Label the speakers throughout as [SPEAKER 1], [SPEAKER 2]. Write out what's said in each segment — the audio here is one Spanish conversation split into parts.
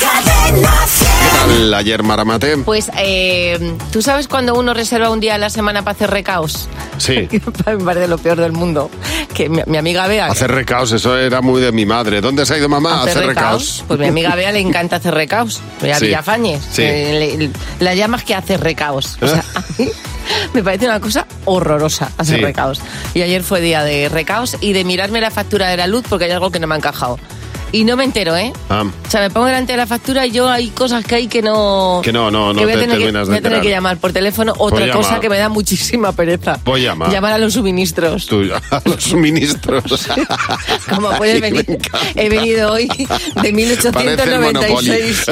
[SPEAKER 1] Cadena 100.
[SPEAKER 2] ¿Qué tal ayer, Maramate?
[SPEAKER 3] Pues, eh, ¿tú sabes cuando uno reserva un día a la semana para hacer recaos?
[SPEAKER 2] Sí.
[SPEAKER 3] Me parece lo peor del mundo. Que mi, mi amiga Bea...
[SPEAKER 2] Hacer recaos, eso era muy de mi madre. ¿Dónde se ha ido mamá? Hacer, recaos.
[SPEAKER 3] Pues mi amiga Bea le encanta hacer recaos. A
[SPEAKER 2] Sí.
[SPEAKER 3] Villafañez.
[SPEAKER 2] Sí.
[SPEAKER 3] Eh, le- le- la llamas que hace recaos. O sea, a mí me parece una cosa horrorosa hacer
[SPEAKER 2] Sí.
[SPEAKER 3] recaos. Y ayer fue día de recaos y de mirarme la factura de la luz porque hay algo que no me ha encajado. Y no me entero, ¿eh?
[SPEAKER 2] Ah,
[SPEAKER 3] O sea, me pongo delante de la factura y yo hay cosas que hay que no...
[SPEAKER 2] Que no, no, no
[SPEAKER 3] que voy a
[SPEAKER 2] te
[SPEAKER 3] tener que,
[SPEAKER 2] terminas de
[SPEAKER 3] voy a tener
[SPEAKER 2] enterar. Pues
[SPEAKER 3] que llamar por teléfono. Otra
[SPEAKER 2] llamar.
[SPEAKER 3] cosa que me da muchísima pereza.
[SPEAKER 2] Voy a llamar.
[SPEAKER 3] Llamar a los suministros.
[SPEAKER 2] tú, a los suministros.
[SPEAKER 3] Como
[SPEAKER 2] Ay,
[SPEAKER 3] puedes
[SPEAKER 2] me
[SPEAKER 3] venir, Eh,
[SPEAKER 2] encanta.
[SPEAKER 3] he venido hoy de
[SPEAKER 2] Parece el Monopoly.
[SPEAKER 3] 1896.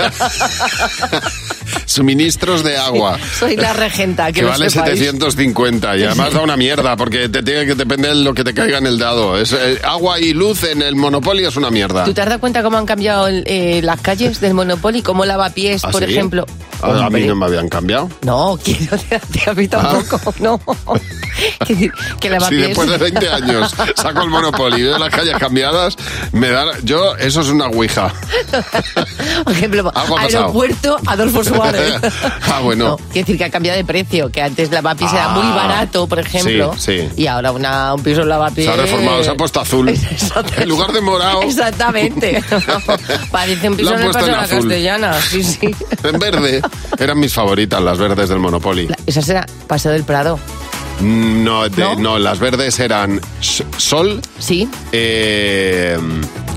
[SPEAKER 2] Suministros de agua.
[SPEAKER 3] Soy la regenta, que,
[SPEAKER 2] Que
[SPEAKER 3] lo
[SPEAKER 2] vale
[SPEAKER 3] sepáis.
[SPEAKER 2] 750 y además da una mierda porque te tiene que depender de lo que te caiga en el dado. Es, eh, agua y luz en el monopolio es una mierda.
[SPEAKER 3] ¿Tú te has dado cuenta cómo han cambiado el- eh, las calles del Monopoly? Como lavapiés,
[SPEAKER 2] ¿Ah,
[SPEAKER 3] por
[SPEAKER 2] sí?
[SPEAKER 3] ejemplo.
[SPEAKER 2] Ah, a mí
[SPEAKER 3] Hombre.
[SPEAKER 2] no me habían cambiado.
[SPEAKER 3] No, que no te, te a mí tampoco, no. que, decir, que
[SPEAKER 2] Si
[SPEAKER 3] lavapiés...
[SPEAKER 2] Ah. después de 20 años saco el Monopoly y veo las calles cambiadas, me da. Yo, eso es una ouija.
[SPEAKER 3] Por ejemplo,
[SPEAKER 2] Algo ha Ah, pasado.
[SPEAKER 3] aeropuerto Adolfo Suárez.
[SPEAKER 2] Ah, bueno.
[SPEAKER 3] No, quiere decir que ha cambiado de precio, que antes lavapiés era muy
[SPEAKER 2] Ah.
[SPEAKER 3] barato, por ejemplo.
[SPEAKER 2] Sí, sí.
[SPEAKER 3] Y ahora una, un piso lavapiés.
[SPEAKER 2] Se ha reformado, se ha puesto azul.
[SPEAKER 3] Exactamente.
[SPEAKER 2] En lugar de morado,
[SPEAKER 3] Exactamente. Parece un piso
[SPEAKER 2] Lo han
[SPEAKER 3] en el
[SPEAKER 2] puesto
[SPEAKER 3] paso de
[SPEAKER 2] en
[SPEAKER 3] la
[SPEAKER 2] azul.
[SPEAKER 3] castellana. Sí, sí.
[SPEAKER 2] en verde. Eran mis favoritas, las verdes del Monopoly.
[SPEAKER 3] La- Esa será Paseo del Prado.
[SPEAKER 2] Mm, No, de-
[SPEAKER 3] ¿No?
[SPEAKER 2] no, las verdes eran S- Sol,
[SPEAKER 3] Sí,
[SPEAKER 2] eh,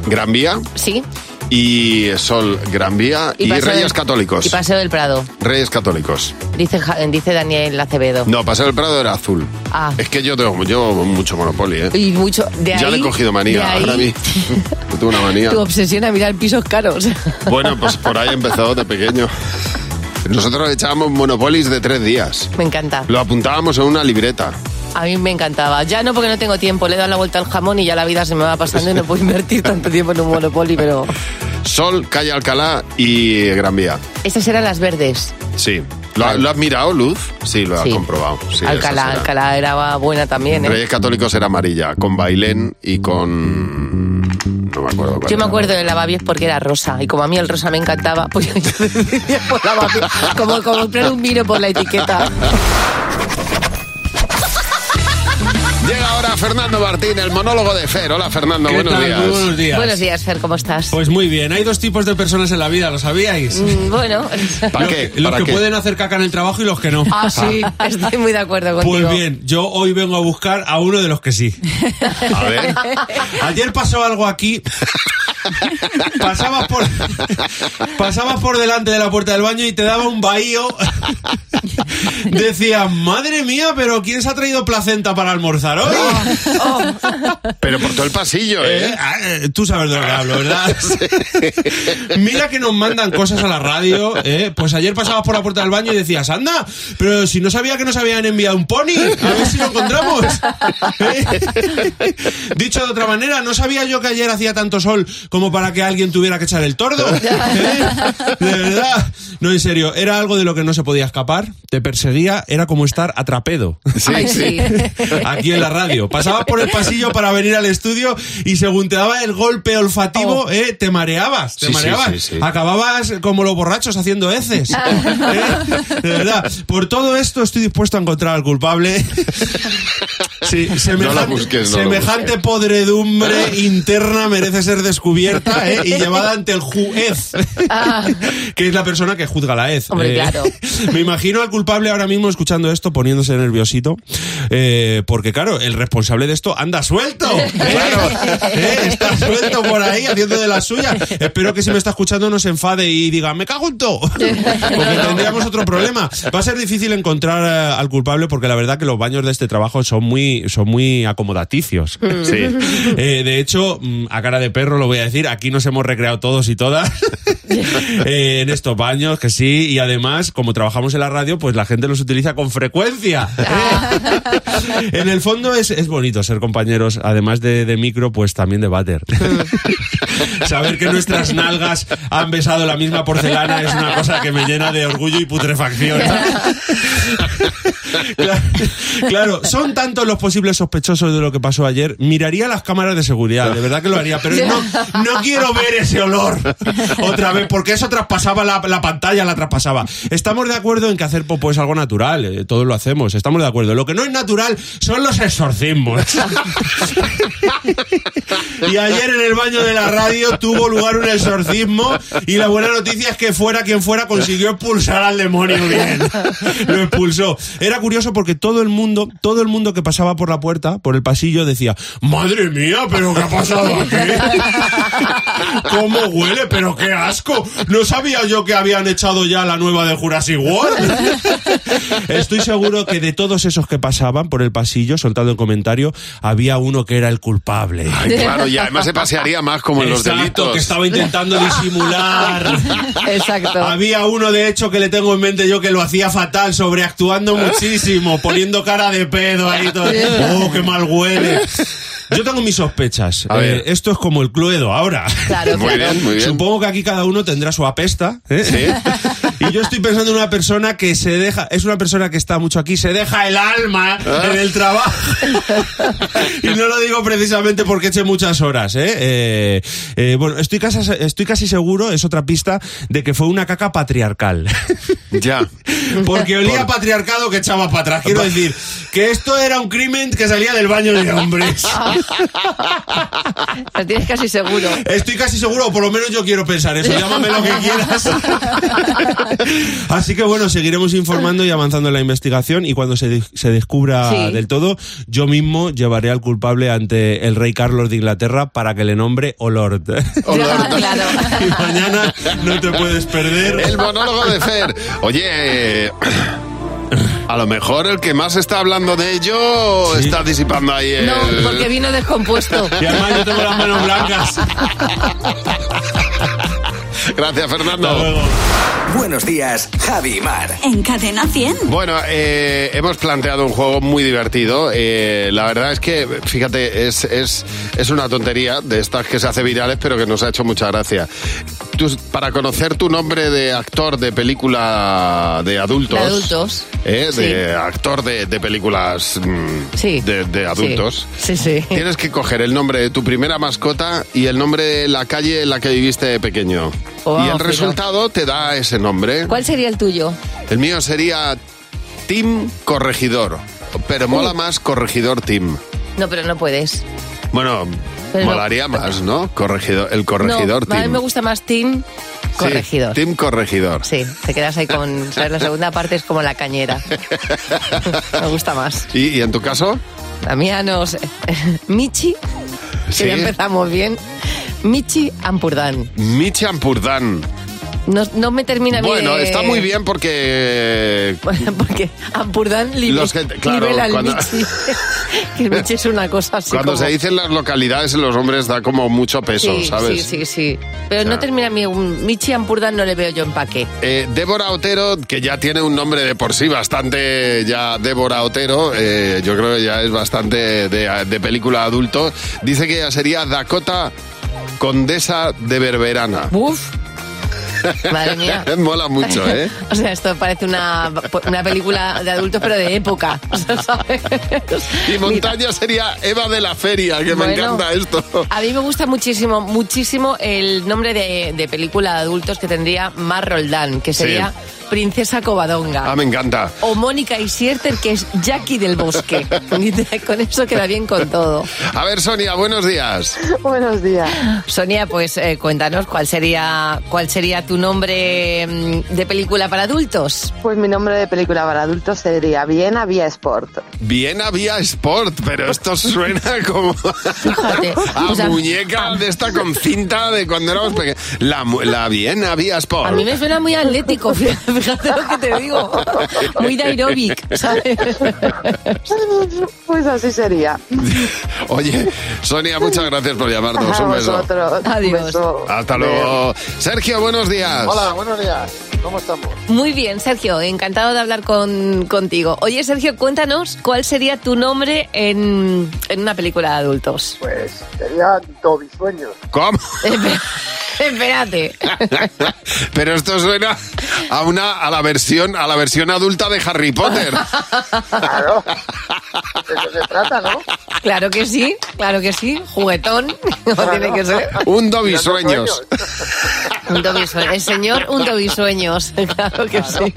[SPEAKER 2] Gran Vía
[SPEAKER 3] sí.
[SPEAKER 2] y Sol, Gran Vía y,
[SPEAKER 3] Paseo
[SPEAKER 2] Reyes
[SPEAKER 3] del-
[SPEAKER 2] Católicos.
[SPEAKER 3] Y Paseo del Prado,
[SPEAKER 2] Reyes Católicos.
[SPEAKER 3] dice, Ja- dice Daniel Acevedo.
[SPEAKER 2] No, Paseo del Prado era azul.
[SPEAKER 3] Ah.
[SPEAKER 2] Es que yo tengo yo mucho Monopoly, ¿eh?
[SPEAKER 3] Y mucho. De
[SPEAKER 2] ya
[SPEAKER 3] ahí,
[SPEAKER 2] le he cogido
[SPEAKER 3] de
[SPEAKER 2] manía.
[SPEAKER 3] ahí
[SPEAKER 2] Ahora a mí. Yo tengo una manía.
[SPEAKER 3] Tu obsesión a mirar pisos caros.
[SPEAKER 2] Bueno, pues por ahí he empezado de pequeño. Nosotros echábamos monopolis de tres días.
[SPEAKER 3] Me encanta.
[SPEAKER 2] Lo apuntábamos en una libreta.
[SPEAKER 3] A mí me encantaba. Ya no porque no tengo tiempo, le he dado la vuelta al jamón y ya la vida se me va pasando y no puedo invertir tanto tiempo en un Monopoly, pero...
[SPEAKER 2] Sol, calle Alcalá y Gran Vía.
[SPEAKER 3] Estas eran las verdes.
[SPEAKER 2] Sí. ¿Lo, lo has mirado, Luz? Sí, lo has
[SPEAKER 3] Sí.
[SPEAKER 2] comprobado. Sí,
[SPEAKER 3] Alcalá,
[SPEAKER 2] esas eran.
[SPEAKER 3] Alcalá era buena también, ¿eh?
[SPEAKER 2] Reyes Católicos era amarilla, con Bailén y con... No me acuerdo. cuál
[SPEAKER 3] Yo me
[SPEAKER 2] era.
[SPEAKER 3] acuerdo de Lavapiés porque era rosa y como a mí el rosa me encantaba, pues yo decidía por Lavapiés, como, como comprar un vino por la etiqueta.
[SPEAKER 2] Llega ahora Fernando Martín, el monólogo de Fer. Hola, Fernando,
[SPEAKER 4] ¿Qué
[SPEAKER 2] Ah, buenos
[SPEAKER 4] tal?
[SPEAKER 2] días.
[SPEAKER 4] Muy buenos días.
[SPEAKER 3] Buenos días, Fer, ¿cómo estás?
[SPEAKER 4] Pues muy bien, hay dos tipos de personas en la vida, ¿lo sabíais?
[SPEAKER 3] Mm, Bueno,
[SPEAKER 2] ¿Para
[SPEAKER 4] Los-
[SPEAKER 2] qué?
[SPEAKER 4] Los
[SPEAKER 2] ¿Para
[SPEAKER 4] que
[SPEAKER 2] qué?
[SPEAKER 4] pueden hacer caca en el trabajo y los que no.
[SPEAKER 3] ah, sí, estoy muy de acuerdo
[SPEAKER 4] Pues
[SPEAKER 3] contigo.
[SPEAKER 4] bien, yo hoy vengo a buscar a uno de los que sí.
[SPEAKER 2] A ver.
[SPEAKER 4] Ayer pasó algo aquí. Pasabas por, pasabas por delante de la puerta del baño y te daba un bahío. Decías, madre mía, pero ¿quién se ha traído placenta para almorzar hoy?
[SPEAKER 2] Pero por todo el pasillo,
[SPEAKER 4] Eh,
[SPEAKER 2] ¿eh?
[SPEAKER 4] ah, eh, tú sabes de lo que hablo, ¿verdad? Mira que nos mandan cosas a la radio. ¿eh? Pues ayer pasabas por la puerta del baño y decías, anda, pero si no sabía que nos habían enviado un pony, a ver si lo encontramos. ¿Eh? Dicho de otra manera, no sabía yo que ayer hacía tanto sol como para que alguien tuviera que echar el tordo. ¿eh? De verdad. No, en serio, era algo de lo que no se podía escapar, te perseguía, era como estar atrapedo
[SPEAKER 3] Ay, sí.
[SPEAKER 4] aquí en la radio. Pasabas por el pasillo para venir al estudio y según te daba el golpe
[SPEAKER 3] Oh.
[SPEAKER 4] olfativo, eh, te mareabas, te
[SPEAKER 2] Sí, sí,
[SPEAKER 4] mareabas.
[SPEAKER 2] sí, sí.
[SPEAKER 4] Acababas como los borrachos haciendo heces.
[SPEAKER 3] Ah.
[SPEAKER 4] Eh, De verdad, por todo esto estoy dispuesto a encontrar al culpable. Sí, semejante,
[SPEAKER 2] la busques, no la
[SPEAKER 4] semejante
[SPEAKER 2] busques.
[SPEAKER 4] podredumbre interna merece ser descubierta eh, y llevada ante el juez, que es la persona que juzga la hez. ¿eh?
[SPEAKER 3] Hombre, claro.
[SPEAKER 4] Me imagino al culpable ahora mismo escuchando esto, poniéndose nerviosito, eh, porque claro, el responsable de esto anda suelto. ¿eh? Eh, Está suelto por ahí haciendo de la suya. Espero que si me está escuchando no se enfade y diga, me cago en todo. Porque tendríamos otro problema. Va a ser difícil encontrar eh, al culpable porque la verdad que los baños de este trabajo son muy, son muy acomodaticios.
[SPEAKER 2] Sí.
[SPEAKER 4] Eh, de hecho, mm, a cara de perro lo voy a decir, aquí nos hemos recreado todos y todas. eh, en estos baños, que sí. Y además, como trabajamos en la radio, pues la gente los utiliza con frecuencia. ¿eh? en el fondo es, es bonito ser compañeros, además de, de micro, pues también de váter. Saber que nuestras nalgas han besado la misma porcelana es una cosa que me llena de orgullo y putrefacción. Claro, claro, son tantos los posibles sospechosos de lo que pasó ayer. Miraría las cámaras de seguridad, de verdad que lo haría, pero no, no quiero ver ese olor otra vez, porque eso traspasaba la, la pantalla, la traspasaba. Estamos de acuerdo en que hacer popo es algo natural, eh, todos lo hacemos, estamos de acuerdo. Lo que no es natural son los exorcismos. Y ayer en el baño de la radio tuvo lugar un exorcismo y la buena noticia es que fuera quien fuera consiguió expulsar al demonio bien. Lo expulsó. Era curioso porque todo el mundo, todo el mundo que pasaba por la puerta, por el pasillo, decía, madre mía, pero ¿qué ha pasado aquí? ¿Cómo huele? Pero qué asco. No sabía yo que habían echado ya la nueva de Jurassic World. Estoy seguro que de todos esos que pasaban por el pasillo, soltando el comentario, había uno que era el culpable.
[SPEAKER 2] Ay, claro, y además se pasearía más como en los
[SPEAKER 4] Exacto,
[SPEAKER 2] delitos.
[SPEAKER 4] que estaba intentando disimular.
[SPEAKER 3] Exacto.
[SPEAKER 4] Había uno, de hecho, que le tengo en mente yo que lo hacía fatal, sobreactuando muchísimo, poniendo cara de pedo ahí todo. ¡Oh, qué mal huele! Yo tengo mis sospechas.
[SPEAKER 2] A
[SPEAKER 4] Eh,
[SPEAKER 2] ver.
[SPEAKER 4] esto es como el Cluedo ahora.
[SPEAKER 3] Claro,
[SPEAKER 2] Muy
[SPEAKER 3] claro.
[SPEAKER 2] bien, muy bien.
[SPEAKER 4] Supongo que aquí cada uno tendrá su apesta. ¿eh?
[SPEAKER 2] Sí.
[SPEAKER 4] Y yo estoy pensando en una persona que se deja, es una persona que está mucho aquí, se deja el alma en el trabajo. y no lo digo precisamente porque eche muchas horas, ¿eh? Eh, eh, bueno, estoy casi, estoy casi seguro, es otra pista, de que fue una caca patriarcal.
[SPEAKER 2] Ya.
[SPEAKER 4] Porque olía a patriarcado que echaba para atrás. Quiero decir, que esto era un crimen que salía del baño de hombres.
[SPEAKER 3] Lo tienes casi seguro.
[SPEAKER 4] Estoy casi seguro, o por lo menos yo quiero pensar eso. Llámame lo que quieras. Así que bueno, seguiremos informando y avanzando en la investigación. Y cuando se, de- se descubra
[SPEAKER 3] Sí.
[SPEAKER 4] del todo, yo mismo llevaré al culpable ante el rey Carlos de Inglaterra para que le nombre O Lord.
[SPEAKER 3] Claro, claro.
[SPEAKER 4] y mañana no te puedes perder.
[SPEAKER 2] El monólogo de Fer. Oye, a lo mejor el que más está hablando de ello está disipando ahí el...
[SPEAKER 3] No, porque vino descompuesto.
[SPEAKER 4] Y además yo tengo las manos blancas.
[SPEAKER 2] Gracias,
[SPEAKER 4] Hasta
[SPEAKER 2] Fernando.
[SPEAKER 4] luego.
[SPEAKER 5] Buenos días, Javi y Mar.
[SPEAKER 1] En Cadena 100.
[SPEAKER 2] Bueno, eh, hemos planteado un juego muy divertido. Eh, la verdad es que, fíjate, es, es, es una tontería de estas que se hace virales, pero que nos ha hecho mucha gracia. Tú, para conocer tu nombre de actor de película de adultos.
[SPEAKER 3] De adultos.
[SPEAKER 2] ¿eh?
[SPEAKER 3] Sí.
[SPEAKER 2] De actor de, de películas mm,
[SPEAKER 3] Sí.
[SPEAKER 2] de, de
[SPEAKER 3] Sí.
[SPEAKER 2] adultos.
[SPEAKER 3] Sí, sí.
[SPEAKER 2] Tienes que coger el nombre de tu primera mascota y el nombre de la calle en la que viviste de pequeño.
[SPEAKER 3] Oh,
[SPEAKER 2] y el
[SPEAKER 3] fíjate.
[SPEAKER 2] resultado te da ese nombre.
[SPEAKER 3] ¿Cuál sería el tuyo?
[SPEAKER 2] El mío sería Team Corregidor.
[SPEAKER 3] Uh.
[SPEAKER 2] Pero mola más Corregidor Team.
[SPEAKER 3] No, pero no puedes.
[SPEAKER 2] Bueno,
[SPEAKER 3] Pero-
[SPEAKER 2] molaría más, ¿no? Corregidor, el Corregidor
[SPEAKER 3] no, a mí
[SPEAKER 2] Team.
[SPEAKER 3] me gusta más
[SPEAKER 2] Sí,
[SPEAKER 3] Team Corregidor.
[SPEAKER 2] team Corregidor.
[SPEAKER 3] Sí, te quedas ahí con. ¿sabes? La segunda parte es como la cañera. Me gusta más.
[SPEAKER 2] ¿Y, y en tu caso?
[SPEAKER 3] La mía no sé. Michi,
[SPEAKER 2] Sí.
[SPEAKER 3] que ya empezamos bien. Michi Ampurdán.
[SPEAKER 2] Michi Ampurdán.
[SPEAKER 3] No, no me termina bien.
[SPEAKER 2] Bueno, está muy bien porque
[SPEAKER 3] Porque Ampurdán libe-
[SPEAKER 2] Los que- claro,
[SPEAKER 3] libera al
[SPEAKER 2] cuando-
[SPEAKER 3] Michi. que el Michi es una cosa así.
[SPEAKER 2] cuando
[SPEAKER 3] como-
[SPEAKER 2] se dicen las localidades en los hombres da como mucho peso,
[SPEAKER 3] Sí,
[SPEAKER 2] ¿sabes?
[SPEAKER 3] sí, sí, sí. Pero no termina bien. Michi Ampurdán no le veo yo empaque.
[SPEAKER 2] Eh, Débora Otero, que ya tiene un nombre de por sí bastante ya Débora Otero, eh, yo creo que ya es bastante de, de película adulto, dice que ya sería Dakota Condesa de Berberana.
[SPEAKER 3] Uf. Madre mía.
[SPEAKER 2] Mola mucho, ¿eh?
[SPEAKER 3] O sea, esto parece una, una película de adultos, pero de época. ¿sabes?
[SPEAKER 2] Y montaña sería Eva de la Feria, que me
[SPEAKER 3] Bueno.
[SPEAKER 2] encanta esto.
[SPEAKER 3] A mí me gusta muchísimo, muchísimo el nombre de, de película de adultos que tendría Mar Roldán, que
[SPEAKER 2] Sí.
[SPEAKER 3] sería Princesa Covadonga.
[SPEAKER 2] Ah, me encanta.
[SPEAKER 3] o Mónica Isierter, que es Jackie del Bosque. Dice, con eso queda bien con todo.
[SPEAKER 2] A ver, Sonia, buenos días.
[SPEAKER 6] Buenos días.
[SPEAKER 3] Sonia, pues eh, cuéntanos cuál sería, cuál sería tu nombre mm, de película para adultos.
[SPEAKER 6] Pues mi nombre de película para adultos sería Viena Vía Sport.
[SPEAKER 2] Bien había Sport, pero esto suena como
[SPEAKER 3] Fíjate,
[SPEAKER 2] a
[SPEAKER 3] o sea,
[SPEAKER 2] muñeca de esta con cinta de cuando éramos pequeños. La, mu- la bien había Sport.
[SPEAKER 3] A mí me suena muy atlético, fíjate. Fíjate lo que te digo. Muy de aeróbic, ¿sabes?
[SPEAKER 6] Pues así sería.
[SPEAKER 2] Oye, Sonia, muchas gracias por llamarnos.
[SPEAKER 6] A
[SPEAKER 2] Un beso.
[SPEAKER 6] vosotros. un
[SPEAKER 3] Adiós.
[SPEAKER 6] beso.
[SPEAKER 2] Hasta luego. Sergio, buenos días.
[SPEAKER 1] Hola, buenos días. ¿Cómo estamos?
[SPEAKER 3] Muy bien, Sergio, encantado de hablar con, contigo. Oye, Sergio, cuéntanos cuál sería tu nombre en, en una película de adultos.
[SPEAKER 1] Pues sería Dobisueño.
[SPEAKER 2] ¿Cómo?
[SPEAKER 3] Espera- Espérate.
[SPEAKER 2] Pero esto suena a una a la versión a la versión adulta de Harry Potter.
[SPEAKER 1] Claro. De eso se trata, ¿no?
[SPEAKER 3] Claro que sí, claro que sí. Juguetón, como tiene que ser.
[SPEAKER 2] Un dobisueños.
[SPEAKER 3] Un dobisueño. El señor, un dobisueños. Claro que sí.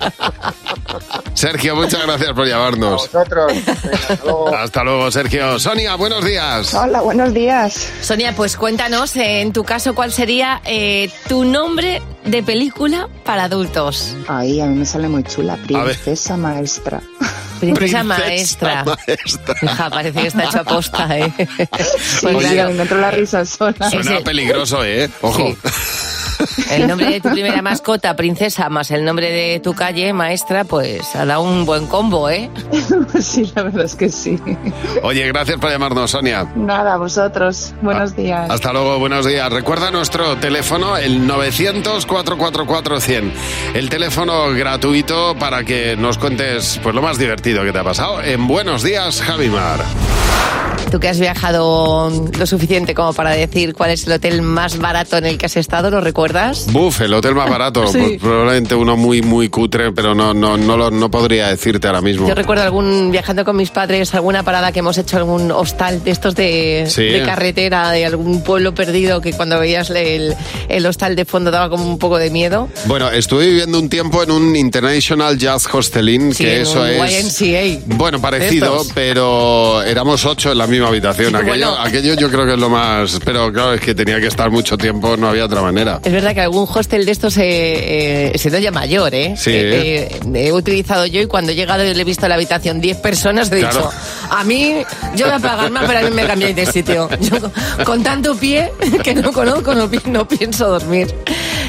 [SPEAKER 2] Sergio, muchas gracias por
[SPEAKER 1] A
[SPEAKER 2] llamarnos.
[SPEAKER 1] vosotros. Venga, hasta luego.
[SPEAKER 2] Hasta luego, Sergio. Sonia, buenos días.
[SPEAKER 7] Hola, buenos días.
[SPEAKER 3] Sonia, pues cuéntanos, eh, en tu caso, cuál sería eh, tu nombre de película para adultos.
[SPEAKER 7] Ay, a mí me sale muy chula,
[SPEAKER 2] A ver.
[SPEAKER 7] princesa maestra.
[SPEAKER 3] Princesa, maestra.
[SPEAKER 2] maestra.
[SPEAKER 3] Hija, parece que está hecho aposta, ¿eh?
[SPEAKER 7] Sí,
[SPEAKER 3] Pues
[SPEAKER 7] sí,
[SPEAKER 3] claro,
[SPEAKER 7] me encuentro la risa sola.
[SPEAKER 3] Sí.
[SPEAKER 2] Suena
[SPEAKER 3] el-
[SPEAKER 2] peligroso, ¿eh? Ojo.
[SPEAKER 3] Sí. el nombre de tu primera mascota, princesa, más el nombre de tu calle, maestra, pues hará un buen combo, ¿eh?
[SPEAKER 7] Sí, la verdad es que sí.
[SPEAKER 2] Oye, gracias por llamarnos, Sonia.
[SPEAKER 7] Nada, a vosotros. Buenos días.
[SPEAKER 2] Hasta luego, buenos días. Recuerda nuestro teléfono, el 900-444-100. El teléfono gratuito para que nos cuentes pues, lo más divertido que te ha pasado. En Buenos Días, Javimar.
[SPEAKER 3] Tú que has viajado lo suficiente como para decir cuál es el hotel más barato en el que has estado, ¿lo recuerdas?
[SPEAKER 2] Buf, el hotel más barato.
[SPEAKER 3] Sí.
[SPEAKER 2] Pues probablemente uno muy, muy cutre, pero no, no, no, lo- no podría decirte ahora mismo.
[SPEAKER 3] Yo recuerdo algún viajando con mis padres, alguna parada que hemos hecho, algún hostal de estos de,
[SPEAKER 2] Sí.
[SPEAKER 3] de carretera, de algún pueblo perdido, que cuando veías el, el hostal de fondo daba como un poco de miedo.
[SPEAKER 2] Bueno, estuve viviendo un tiempo en un International Jazz Hostelin,
[SPEAKER 3] Sí, ¿eh?
[SPEAKER 2] que
[SPEAKER 3] en
[SPEAKER 2] eso
[SPEAKER 3] un
[SPEAKER 2] es...
[SPEAKER 3] YMCA.
[SPEAKER 2] Bueno, parecido,
[SPEAKER 3] Estos.
[SPEAKER 2] pero éramos ocho en la misma habitación.
[SPEAKER 3] Sí,
[SPEAKER 2] Aquello,
[SPEAKER 3] bueno.
[SPEAKER 2] aquello yo creo que es lo más... Pero claro, es que tenía que estar mucho tiempo, no había otra manera.
[SPEAKER 3] Es verdad que algún hostel de estos, eh, eh, siendo ya mayor, ¿eh?
[SPEAKER 2] Sí.
[SPEAKER 3] Eh, eh, he utilizado yo y cuando he llegado y le he visto a la habitación 10 personas, he
[SPEAKER 2] Claro.
[SPEAKER 3] dicho, a mí, yo voy a pagar más, pero a mí me cambiáis de sitio. Yo con, con tanto pie que no conozco, no, pi- no pienso dormir.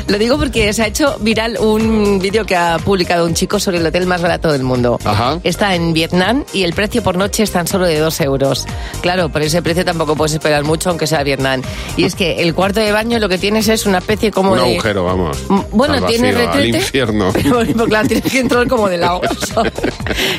[SPEAKER 3] Lo digo porque se ha hecho viral un vídeo que ha publicado un chico sobre el hotel más barato del mundo.
[SPEAKER 2] Ajá.
[SPEAKER 3] Está en Vietnam y el precio por noche es tan solo de 2 euros. Claro, por ese precio tampoco puedes esperar mucho, aunque sea Vietnam. Y es que el cuarto de baño lo que tienes es una especie como
[SPEAKER 2] Un
[SPEAKER 3] de...
[SPEAKER 2] agujero, vamos.
[SPEAKER 3] Mm,
[SPEAKER 2] Al
[SPEAKER 3] Bueno, tiene
[SPEAKER 2] vacío,
[SPEAKER 3] retrete.
[SPEAKER 2] Al infierno.
[SPEAKER 3] Pero, pero claro, tienes que entrar como de lado. ¿sabes?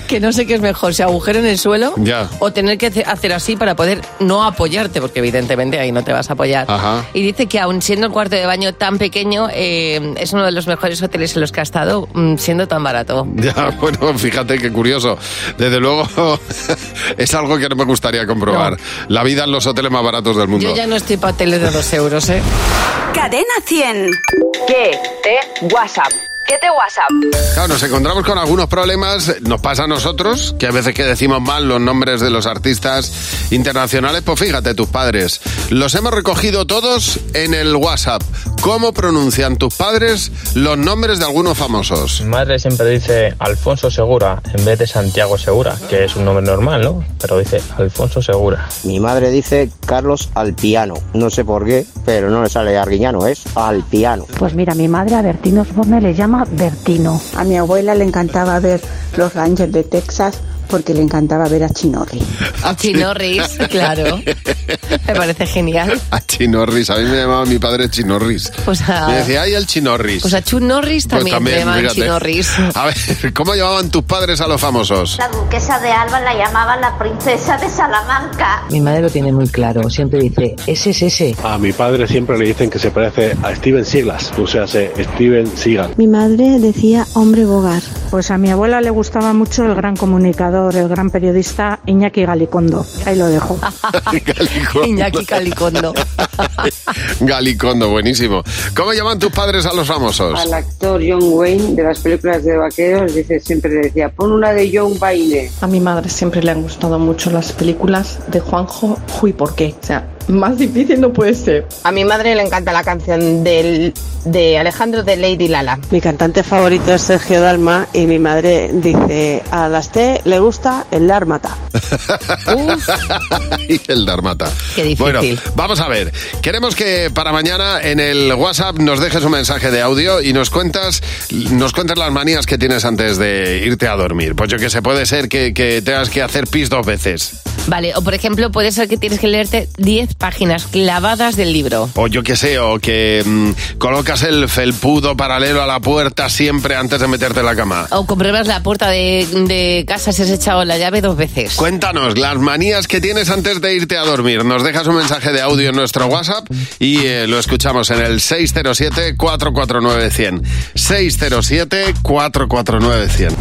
[SPEAKER 3] que no sé qué es mejor, si agujero en el suelo
[SPEAKER 2] Ya.
[SPEAKER 3] o tener que hace- hacer así para poder no apoyarte, porque evidentemente ahí no te vas a apoyar.
[SPEAKER 2] Ajá.
[SPEAKER 3] Y dice que aun siendo el cuarto de baño tan pequeño, eh, es uno de los mejores hoteles en los que ha estado, mm, siendo tan barato.
[SPEAKER 2] Ya, bueno, fíjate qué curioso. Desde luego es algo que no me gustaría comprobar. La vida en los hoteles más baratos del mundo.
[SPEAKER 3] Yo ya no estoy para hoteles de dos euros, ¿eh?
[SPEAKER 8] Cadena 100.
[SPEAKER 6] ¿Qué te WhatsApp? ¿Qué te WhatsApp?
[SPEAKER 2] Claro, nos encontramos con algunos problemas, nos pasa a nosotros, que a veces que decimos mal los nombres de los artistas internacionales, pues fíjate, tus padres. Los hemos recogido todos en el WhatsApp. ¿Cómo pronuncian tus padres los nombres de algunos famosos?
[SPEAKER 9] Mi madre siempre dice Alfonso Segura en vez de Santiago Segura, que es un nombre normal, ¿no? Pero dice Alfonso Segura.
[SPEAKER 10] Mi madre dice Carlos Alpiano. No sé por qué, pero no le sale Arguiñano, es Alpiano.
[SPEAKER 11] Pues mira, mi madre a Bertino Osborne le llama Bertino.
[SPEAKER 7] A mi abuela le encantaba ver los Rangers de Texas porque le encantaba ver a Chinorri.
[SPEAKER 2] Ah,
[SPEAKER 3] A Chinorris, claro. Me parece genial.
[SPEAKER 2] A Ah, Chinorris, a mí me llamaba mi padre Chinorris.
[SPEAKER 3] Pues a-
[SPEAKER 2] Me decía, ay, el Chinorris.
[SPEAKER 3] Pues a Chun Norris
[SPEAKER 2] Pues
[SPEAKER 3] también, le llaman
[SPEAKER 2] fíjate.
[SPEAKER 3] Chinorris.
[SPEAKER 2] A ver, ¿cómo llamaban tus padres a los famosos?
[SPEAKER 11] La duquesa de Alba la llamaban la princesa de Salamanca.
[SPEAKER 12] Mi madre lo tiene muy claro, siempre dice, ese es ese.
[SPEAKER 9] A mi padre siempre le dicen que se parece a Steven Siglas, o sea, Steven Seagal.
[SPEAKER 11] Mi madre decía hombre bogar.
[SPEAKER 7] Pues a mi abuela le gustaba mucho el gran comunicador, el gran periodista Iñaki Galicondo. Ahí lo dejo.
[SPEAKER 2] Galicondo.
[SPEAKER 3] Iñaki Calicondo.
[SPEAKER 2] Galicondo, buenísimo. ¿Cómo llaman tus padres a los famosos?
[SPEAKER 6] Al actor John Wayne de las películas de vaqueros dice siempre le decía pon una de John Wayne.
[SPEAKER 7] A mi madre siempre le han gustado mucho las películas de Juanjo Jui por qué. O sea,
[SPEAKER 13] Más difícil no puede ser. A mi madre le encanta la canción del, de Alejandro de Lady Lala.
[SPEAKER 14] Mi cantante favorito es Sergio Dalma y mi madre dice, a las T le gusta el Lármata.
[SPEAKER 2] y el Darmata.
[SPEAKER 14] Qué difícil.
[SPEAKER 2] Bueno, vamos a ver. Queremos que para mañana en el WhatsApp nos dejes un mensaje de audio y nos cuentas, nos cuentas las manías que tienes antes de irte a dormir. Pues yo que sé, puede ser que, que tengas que hacer pis dos veces.
[SPEAKER 3] Vale, o por ejemplo, puede ser que tienes que leerte 10 páginas clavadas del libro.
[SPEAKER 2] O yo que sé, o que mm, colocas el felpudo paralelo a la puerta siempre antes de meterte en la cama.
[SPEAKER 3] O compruebas la puerta de, de casa si has echado la llave dos veces.
[SPEAKER 2] Cuéntanos las manías que tienes antes de irte a dormir. Nos dejas un mensaje de audio en nuestro WhatsApp y eh, lo escuchamos en el 607-449-100. 607-449-100.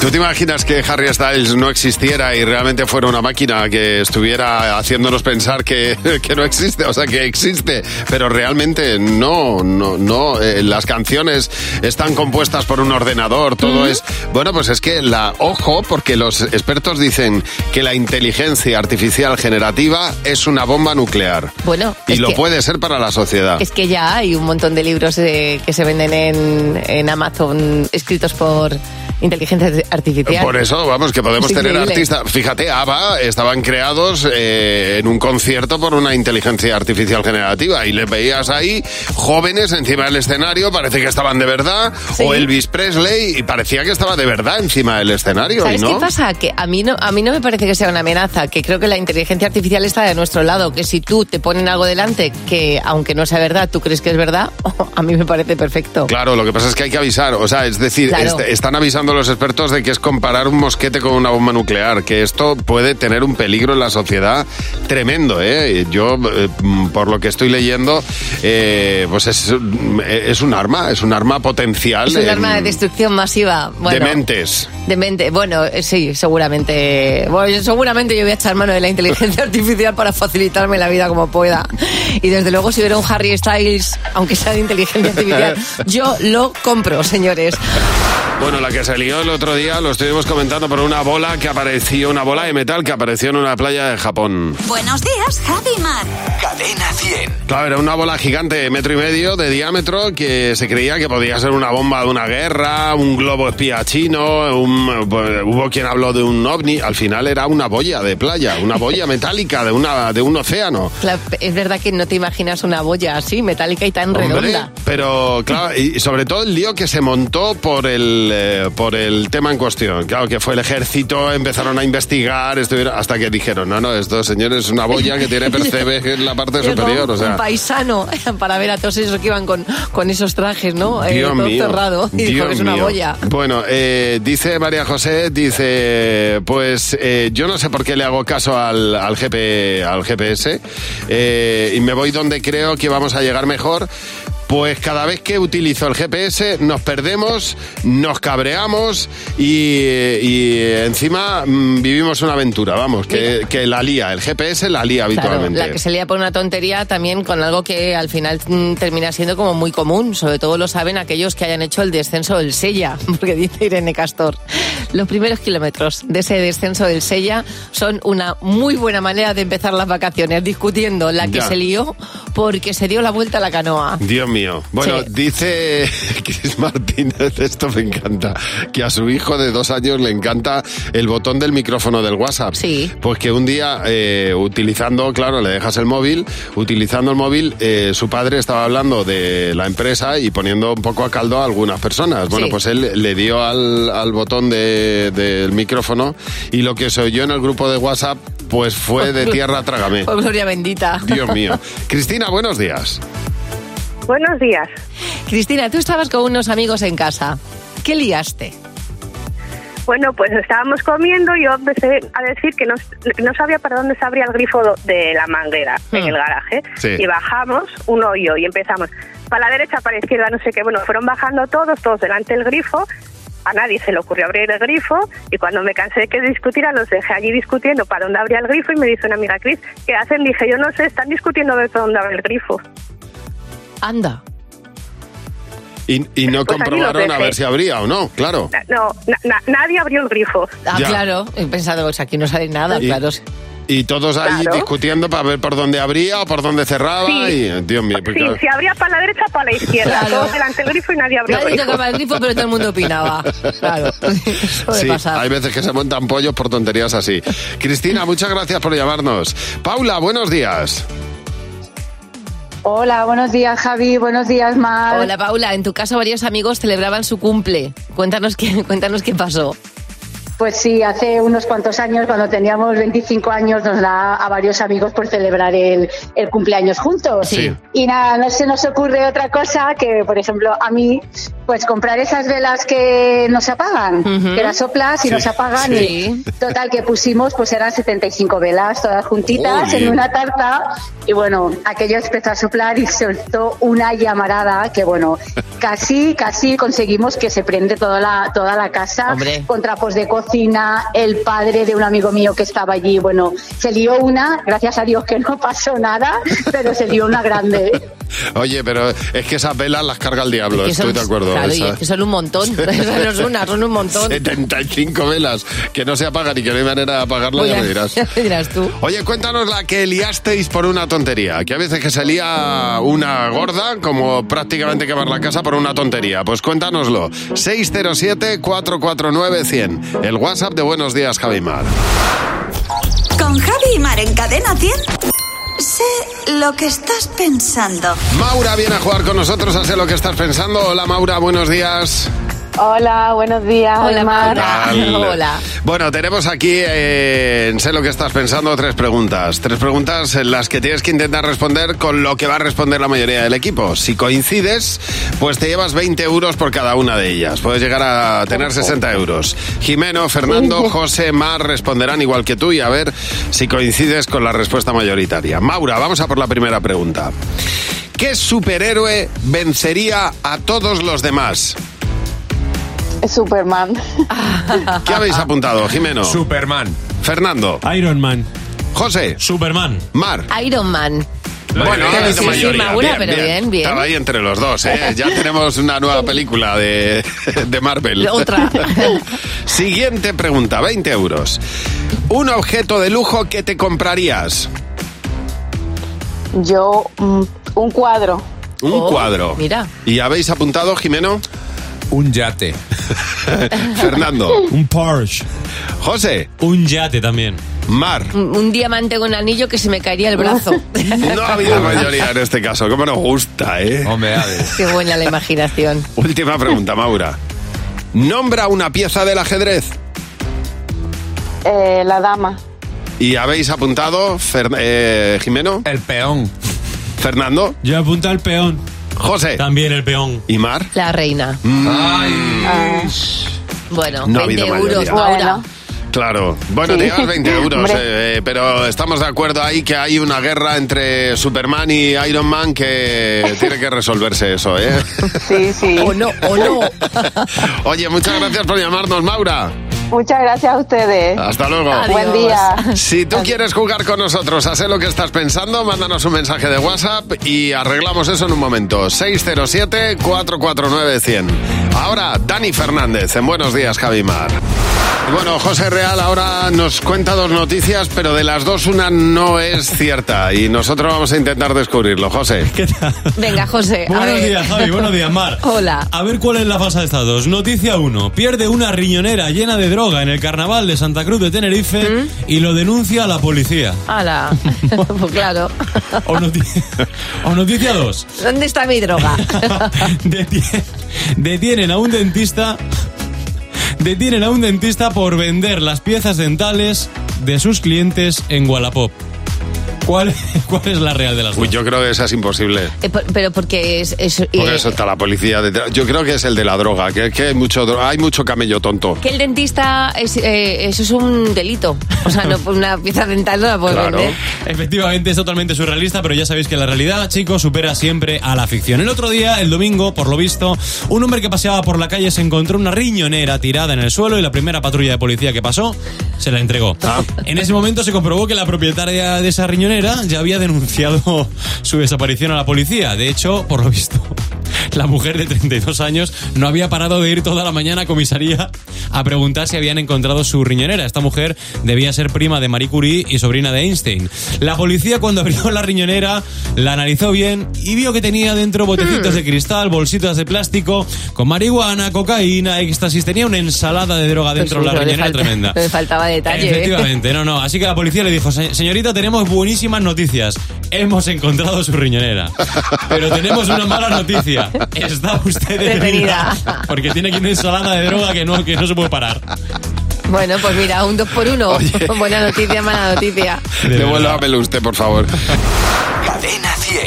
[SPEAKER 2] ¿Tú te imaginas que Harry Styles no existiera y realmente fuera una máquina que estuviera haciéndonos pensar que, que no existe? O sea, que existe, pero realmente no, no, no. Eh, las canciones están compuestas por un ordenador, todo es... Bueno, pues es que la... Ojo, porque los expertos dicen que la inteligencia artificial generativa es una bomba nuclear.
[SPEAKER 3] Bueno,
[SPEAKER 2] Y
[SPEAKER 3] es
[SPEAKER 2] lo
[SPEAKER 3] que-
[SPEAKER 2] puede ser para la sociedad.
[SPEAKER 3] Es que ya hay un montón de libros eh, que se venden en, en Amazon escritos por inteligencia artificial.
[SPEAKER 2] Por eso, vamos, que podemos
[SPEAKER 3] Es
[SPEAKER 2] tener
[SPEAKER 3] increíble.
[SPEAKER 2] artistas. Fíjate, ABBA estaban creados eh, en un concierto por una inteligencia artificial generativa y les veías ahí jóvenes encima del escenario, parece que estaban de verdad, o Elvis Presley y parecía que estaba de verdad encima del escenario.
[SPEAKER 3] ¿Sabes
[SPEAKER 2] y no.
[SPEAKER 3] qué pasa? Que a mí no, a mí no me parece que sea una amenaza, que creo que la inteligencia artificial está de nuestro lado, que si tú te ponen algo delante que aunque no sea verdad, tú crees que es verdad, a mí me parece perfecto.
[SPEAKER 2] Claro, lo que pasa es que hay que avisar, o sea, es decir, est-
[SPEAKER 3] Claro.
[SPEAKER 2] están avisando los expertos de que es comparar un mosquete con una bomba nuclear, que esto puede tener un peligro en la sociedad tremendo, ¿eh? Yo, eh, mm, por lo que estoy leyendo, eh, pues es, mm, es un arma, es un arma potencial.
[SPEAKER 3] Es un
[SPEAKER 2] en-
[SPEAKER 3] arma de destrucción masiva. Bueno,
[SPEAKER 2] de mentes.
[SPEAKER 3] De mente, bueno, eh, sí, seguramente. Bueno, seguramente yo voy a echar mano de la inteligencia artificial para facilitarme la vida como pueda. Y desde luego, si hubiera un Harry Styles, aunque sea de inteligencia artificial, yo lo compro, señores.
[SPEAKER 2] Bueno, la que se lió el otro día lo estuvimos comentando por una bola que apareció, una bola de metal que apareció en una playa de Japón.
[SPEAKER 8] Buenos días, Javi y Mar. Cadena 100.
[SPEAKER 2] Claro, era una bola gigante de metro y medio de diámetro que se creía que podía ser una bomba de una guerra, un globo espía chino, un- pues, hubo quien habló de un ovni, al final era una boya de playa, una boya metálica de, una, de un océano.
[SPEAKER 3] Claro, es verdad que no te imaginas una boya así, metálica y tan
[SPEAKER 2] Hombre,
[SPEAKER 3] redonda.
[SPEAKER 2] pero claro, y sobre todo el lío que se montó por el eh, por el tema en cuestión. Claro que fue el ejército, empezaron a investigar, estuvieron hasta que dijeron, no, no, esto señores es una boya que tiene percebe en la parte
[SPEAKER 3] Llegó
[SPEAKER 2] superior, o
[SPEAKER 3] un
[SPEAKER 2] sea.
[SPEAKER 3] paisano para ver a todos esos que iban con, con esos trajes, ¿no? Eh,
[SPEAKER 2] Dios
[SPEAKER 3] todo
[SPEAKER 2] mío,
[SPEAKER 3] cerrado. Y dijo
[SPEAKER 2] Dios
[SPEAKER 3] que es una
[SPEAKER 2] mío.
[SPEAKER 3] boya.
[SPEAKER 2] Bueno, eh, dice María José, dice, pues eh, yo no sé por qué le hago caso al, al, GP, al GPS eh, y me voy donde creo que vamos a llegar mejor. Pues cada vez que utilizo el GPS nos perdemos, nos cabreamos y, y encima mm, vivimos una aventura, vamos, que, que la lía, el GPS la lía
[SPEAKER 3] Claro,
[SPEAKER 2] habitualmente.
[SPEAKER 3] la que se lía por una tontería también con algo que al final mm, termina siendo como muy común. Sobre todo lo saben aquellos que hayan hecho el descenso del Sella, porque dice Irene Castor. Los primeros kilómetros de ese descenso del Sella son una muy buena manera de empezar las vacaciones, discutiendo la que
[SPEAKER 2] Ya.
[SPEAKER 3] se lió porque se dio la vuelta a la canoa.
[SPEAKER 2] Dios mío. Bueno,
[SPEAKER 3] Sí.
[SPEAKER 2] dice Cris Martínez, esto me encanta, que a su hijo de dos años le encanta el botón del micrófono del WhatsApp. Sí. Pues que un día, eh, utilizando, claro, le dejas el móvil, utilizando el móvil, eh, su padre estaba hablando de la empresa y poniendo un poco a caldo a algunas personas. Bueno,
[SPEAKER 15] Sí.
[SPEAKER 2] pues él le dio al, al botón de- del micrófono y lo que se oyó en el grupo de WhatsApp, pues fue de tierra trágame.
[SPEAKER 3] Por Pues gloria bendita.
[SPEAKER 2] Dios mío. Cristina, buenos días.
[SPEAKER 16] Buenos días.
[SPEAKER 3] Cristina, tú estabas con unos amigos en casa. ¿Qué liaste?
[SPEAKER 16] Bueno, pues estábamos comiendo y yo empecé a decir que no, que no sabía para dónde se abría el grifo do- de la manguera en
[SPEAKER 3] Mm.
[SPEAKER 16] el garaje.
[SPEAKER 17] Sí.
[SPEAKER 16] Y bajamos un hoyo y empezamos para la derecha, para la izquierda, no sé qué. Bueno, fueron bajando todos, todos delante del grifo. A nadie se le ocurrió abrir el grifo y cuando me cansé de que discutieran, los dejé allí discutiendo para dónde abría el grifo y me dice una amiga, Cris, ¿qué hacen? Dije, yo no sé, están discutiendo a ver para dónde abre el grifo.
[SPEAKER 3] Anda.
[SPEAKER 2] Y, y no
[SPEAKER 16] Pues allí
[SPEAKER 2] comprobaron
[SPEAKER 16] los
[SPEAKER 2] a
[SPEAKER 16] dejé.
[SPEAKER 2] ver si habría o no, claro.
[SPEAKER 16] Na- No, na- na- nadie abrió el grifo.
[SPEAKER 3] Ah,
[SPEAKER 2] Ya.
[SPEAKER 3] claro. He pensado, pues aquí no sale nada,
[SPEAKER 2] Y-
[SPEAKER 3] claro.
[SPEAKER 2] Y todos ahí
[SPEAKER 16] Claro.
[SPEAKER 2] discutiendo para ver por dónde abría o por dónde cerraba.
[SPEAKER 16] Sí.
[SPEAKER 2] Y, Dios mío, pues
[SPEAKER 16] Sí,
[SPEAKER 2] claro.
[SPEAKER 16] se abría para la derecha o para la izquierda.
[SPEAKER 3] Claro.
[SPEAKER 16] Todos delante del grifo y nadie abrió
[SPEAKER 3] Nadie tocaba el grifo, pero todo el mundo opinaba. Claro.
[SPEAKER 2] Sí, hay veces que se montan pollos por tonterías así. Cristina, muchas gracias por llamarnos. Paula, buenos días.
[SPEAKER 15] Hola, buenos días Javi, buenos días Mar.
[SPEAKER 3] Hola Paula, en tu casa varios amigos celebraban su cumple. Cuéntanos qué, cuéntanos qué pasó.
[SPEAKER 15] Pues sí, hace unos cuantos años, cuando teníamos 25 años, nos da a varios amigos por celebrar el, el cumpleaños juntos.
[SPEAKER 17] Sí.
[SPEAKER 15] Y nada, no se nos ocurre otra cosa que, por ejemplo, a mí, pues comprar esas velas que no se apagan, que las soplas y
[SPEAKER 17] Sí,
[SPEAKER 15] no se apagan.
[SPEAKER 17] sí.
[SPEAKER 15] Y total, que pusimos, pues eran 75 velas todas juntitas
[SPEAKER 17] Muy bien.
[SPEAKER 15] en una tarta. Y bueno, aquello empezó a soplar y soltó una llamarada que, bueno, casi, casi conseguimos que se prende toda la, toda la casa
[SPEAKER 3] Hombre.
[SPEAKER 15] con trapos de cocina, el padre de un amigo mío que estaba allí, bueno, se lió una, gracias a Dios que no pasó nada, pero se lió una grande.
[SPEAKER 2] Oye, pero es que esas velas las carga el diablo,
[SPEAKER 3] Que
[SPEAKER 2] estoy
[SPEAKER 3] son-
[SPEAKER 2] de acuerdo.
[SPEAKER 3] claro, y
[SPEAKER 2] Esas-
[SPEAKER 3] es que son un montón. Esa no es una, son un montón.
[SPEAKER 2] 75 velas que no se apagan y que no hay manera de apagarlas,
[SPEAKER 3] Oye,
[SPEAKER 2] ya me dirás.
[SPEAKER 3] ya me dirás tú.
[SPEAKER 2] Oye, cuéntanos la que liasteis por una tontería. Que a veces que salía una gorda, como prácticamente quemar la casa por una tontería. Pues cuéntanoslo. 607-449-100. El WhatsApp de Buenos Días, Javimar.
[SPEAKER 8] Con Javi y Mar en Cadena 100. Sé lo que estás pensando.
[SPEAKER 2] Maura viene a jugar con nosotros, hace lo que estás pensando. Hola, Maura, buenos días.
[SPEAKER 17] Hola, buenos días. Hola, Mar.
[SPEAKER 2] tal? Bueno, tenemos aquí eh, en Sé lo que estás pensando tres preguntas. Tres preguntas en las que tienes que intentar responder con lo que va a responder la mayoría del equipo. Si coincides, pues te llevas 20 euros por cada una de ellas. Puedes llegar a tener 60 euros. Jimeno, Fernando, José, Mar responderán igual que tú y a ver si coincides con la respuesta mayoritaria. Maura, vamos a por la primera pregunta. ¿Qué superhéroe vencería a todos los demás?
[SPEAKER 17] Superman.
[SPEAKER 2] ¿Qué habéis
[SPEAKER 3] Ah.
[SPEAKER 2] apuntado, Jimeno? Superman. Fernando. Iron Man. José. Superman. Mar.
[SPEAKER 3] Iron Man.
[SPEAKER 2] Bueno,
[SPEAKER 3] Pero
[SPEAKER 2] la
[SPEAKER 3] sí, sí,
[SPEAKER 2] mayoría.
[SPEAKER 3] Maura, pero bien, bien.
[SPEAKER 2] Estaba ahí entre los dos, ¿eh? Ya tenemos una nueva película de, de Marvel.
[SPEAKER 3] Otra.
[SPEAKER 2] Siguiente pregunta, 20 euros. Un objeto de lujo que te comprarías.
[SPEAKER 17] Yo, mm, un cuadro.
[SPEAKER 2] Un
[SPEAKER 17] Oh,
[SPEAKER 2] cuadro.
[SPEAKER 17] mira.
[SPEAKER 2] ¿Y habéis apuntado, Jimeno? Un yate. Fernando.
[SPEAKER 4] Un Porsche.
[SPEAKER 2] José.
[SPEAKER 4] Un yate también.
[SPEAKER 2] Mar.
[SPEAKER 3] Un un diamante con anillo que se me caería el brazo.
[SPEAKER 2] No ha habido mayoría en este caso. Cómo nos gusta, ¿eh? Hombre,
[SPEAKER 3] Qué buena la imaginación.
[SPEAKER 2] Última pregunta, Maura. Nombra una pieza del ajedrez.
[SPEAKER 17] Eh, la dama.
[SPEAKER 2] ¿Y habéis apuntado, Fer- eh, Jimeno? El peón. ¿Fernando? Yo apunto al peón. José. También el peón. ¿Y Mar?
[SPEAKER 3] La reina.
[SPEAKER 17] Ah.
[SPEAKER 3] Bueno,
[SPEAKER 2] Mm. No ha
[SPEAKER 3] 20
[SPEAKER 2] habido
[SPEAKER 3] euros,
[SPEAKER 2] mayoría.
[SPEAKER 3] Maura.
[SPEAKER 2] Claro. Bueno,
[SPEAKER 3] Sí.
[SPEAKER 2] te llevas 20 euros,
[SPEAKER 3] Hombre.
[SPEAKER 2] eh, eh, pero estamos de acuerdo ahí que hay una guerra entre Superman y Iron Man que tiene que resolverse eso, ¿eh?
[SPEAKER 17] Sí, sí.
[SPEAKER 3] O no, o no.
[SPEAKER 2] Oye, muchas gracias por llamarnos, Maura.
[SPEAKER 17] Muchas gracias a ustedes.
[SPEAKER 2] Hasta luego.
[SPEAKER 17] Buen día.
[SPEAKER 2] Si tú quieres jugar con nosotros, haz lo que estás pensando, mándanos un mensaje de WhatsApp y arreglamos eso en un momento. 607-449-100. Ahora, Dani Fernández, en Buenos Días, Javimar. Bueno, José Real ahora nos cuenta dos noticias, pero de las dos una no es cierta y nosotros vamos a intentar descubrirlo. José.
[SPEAKER 3] Venga, José. a
[SPEAKER 4] Buenos
[SPEAKER 3] ver.
[SPEAKER 4] días, Javi. Buenos días, Mar.
[SPEAKER 3] Hola.
[SPEAKER 4] A ver cuál es la falsa de estas dos. Noticia 1. Pierde una riñonera llena de droga en el carnaval de Santa Cruz de Tenerife y lo denuncia a la policía.
[SPEAKER 3] Hala. Pues claro.
[SPEAKER 4] O, noti- o noticia 2.
[SPEAKER 3] ¿Dónde está mi droga?
[SPEAKER 4] Detienen a un dentista. Detienen a un dentista por vender las piezas dentales de sus clientes en Wallapop. ¿Cuál, cuál es la real de las dos?
[SPEAKER 2] Uy, yo creo que esa es imposible.
[SPEAKER 3] Eh, por- pero porque es... es-
[SPEAKER 2] Por
[SPEAKER 3] eh,
[SPEAKER 2] eso está la policía detrás. Yo creo que es el de la droga, que, que hay, mucho, dro- hay mucho camello tonto.
[SPEAKER 3] que el dentista, es, eh, eso es un delito. O sea, no, una pieza dental no la puedes vender.
[SPEAKER 4] Efectivamente, es totalmente surrealista, pero ya sabéis que la realidad, chicos, supera siempre a la ficción. El otro día, el domingo, por lo visto, un hombre que paseaba por la calle se encontró una riñonera tirada en el suelo y la primera patrulla de policía que pasó se la entregó. En ese momento se comprobó que la propietaria de esa riñonera ya había denunciado su desaparición a la policía. De hecho, por lo visto,
[SPEAKER 18] la mujer de 32 años no había parado de ir toda la mañana a comisaría a preguntar si habían encontrado su riñonera. Esta mujer debía ser prima de Marie Curie y sobrina de Einstein. La policía cuando abrió la riñonera la analizó bien y vio que tenía dentro
[SPEAKER 3] Hmm.
[SPEAKER 18] botecitos de cristal, bolsitas de plástico, con marihuana, cocaína, éxtasis. Tenía una ensalada de droga
[SPEAKER 3] Pues
[SPEAKER 18] dentro
[SPEAKER 3] sí,
[SPEAKER 18] de la
[SPEAKER 3] pero le
[SPEAKER 18] riñonera
[SPEAKER 3] falta-
[SPEAKER 18] tremenda.
[SPEAKER 3] Le faltaba detalle. ¿eh?
[SPEAKER 18] Efectivamente, no, no. Así que la policía le dijo, "Se- señorita, tenemos buenísimas noticias. Hemos encontrado su riñonera. Pero tenemos una mala noticia. Está usted detenida. Porque tiene aquí una ensalada de droga que no, que no se puede parar.
[SPEAKER 3] Bueno, pues mira, un dos por uno. Buena noticia, mala noticia.
[SPEAKER 2] Devuélvamelo usted, por favor.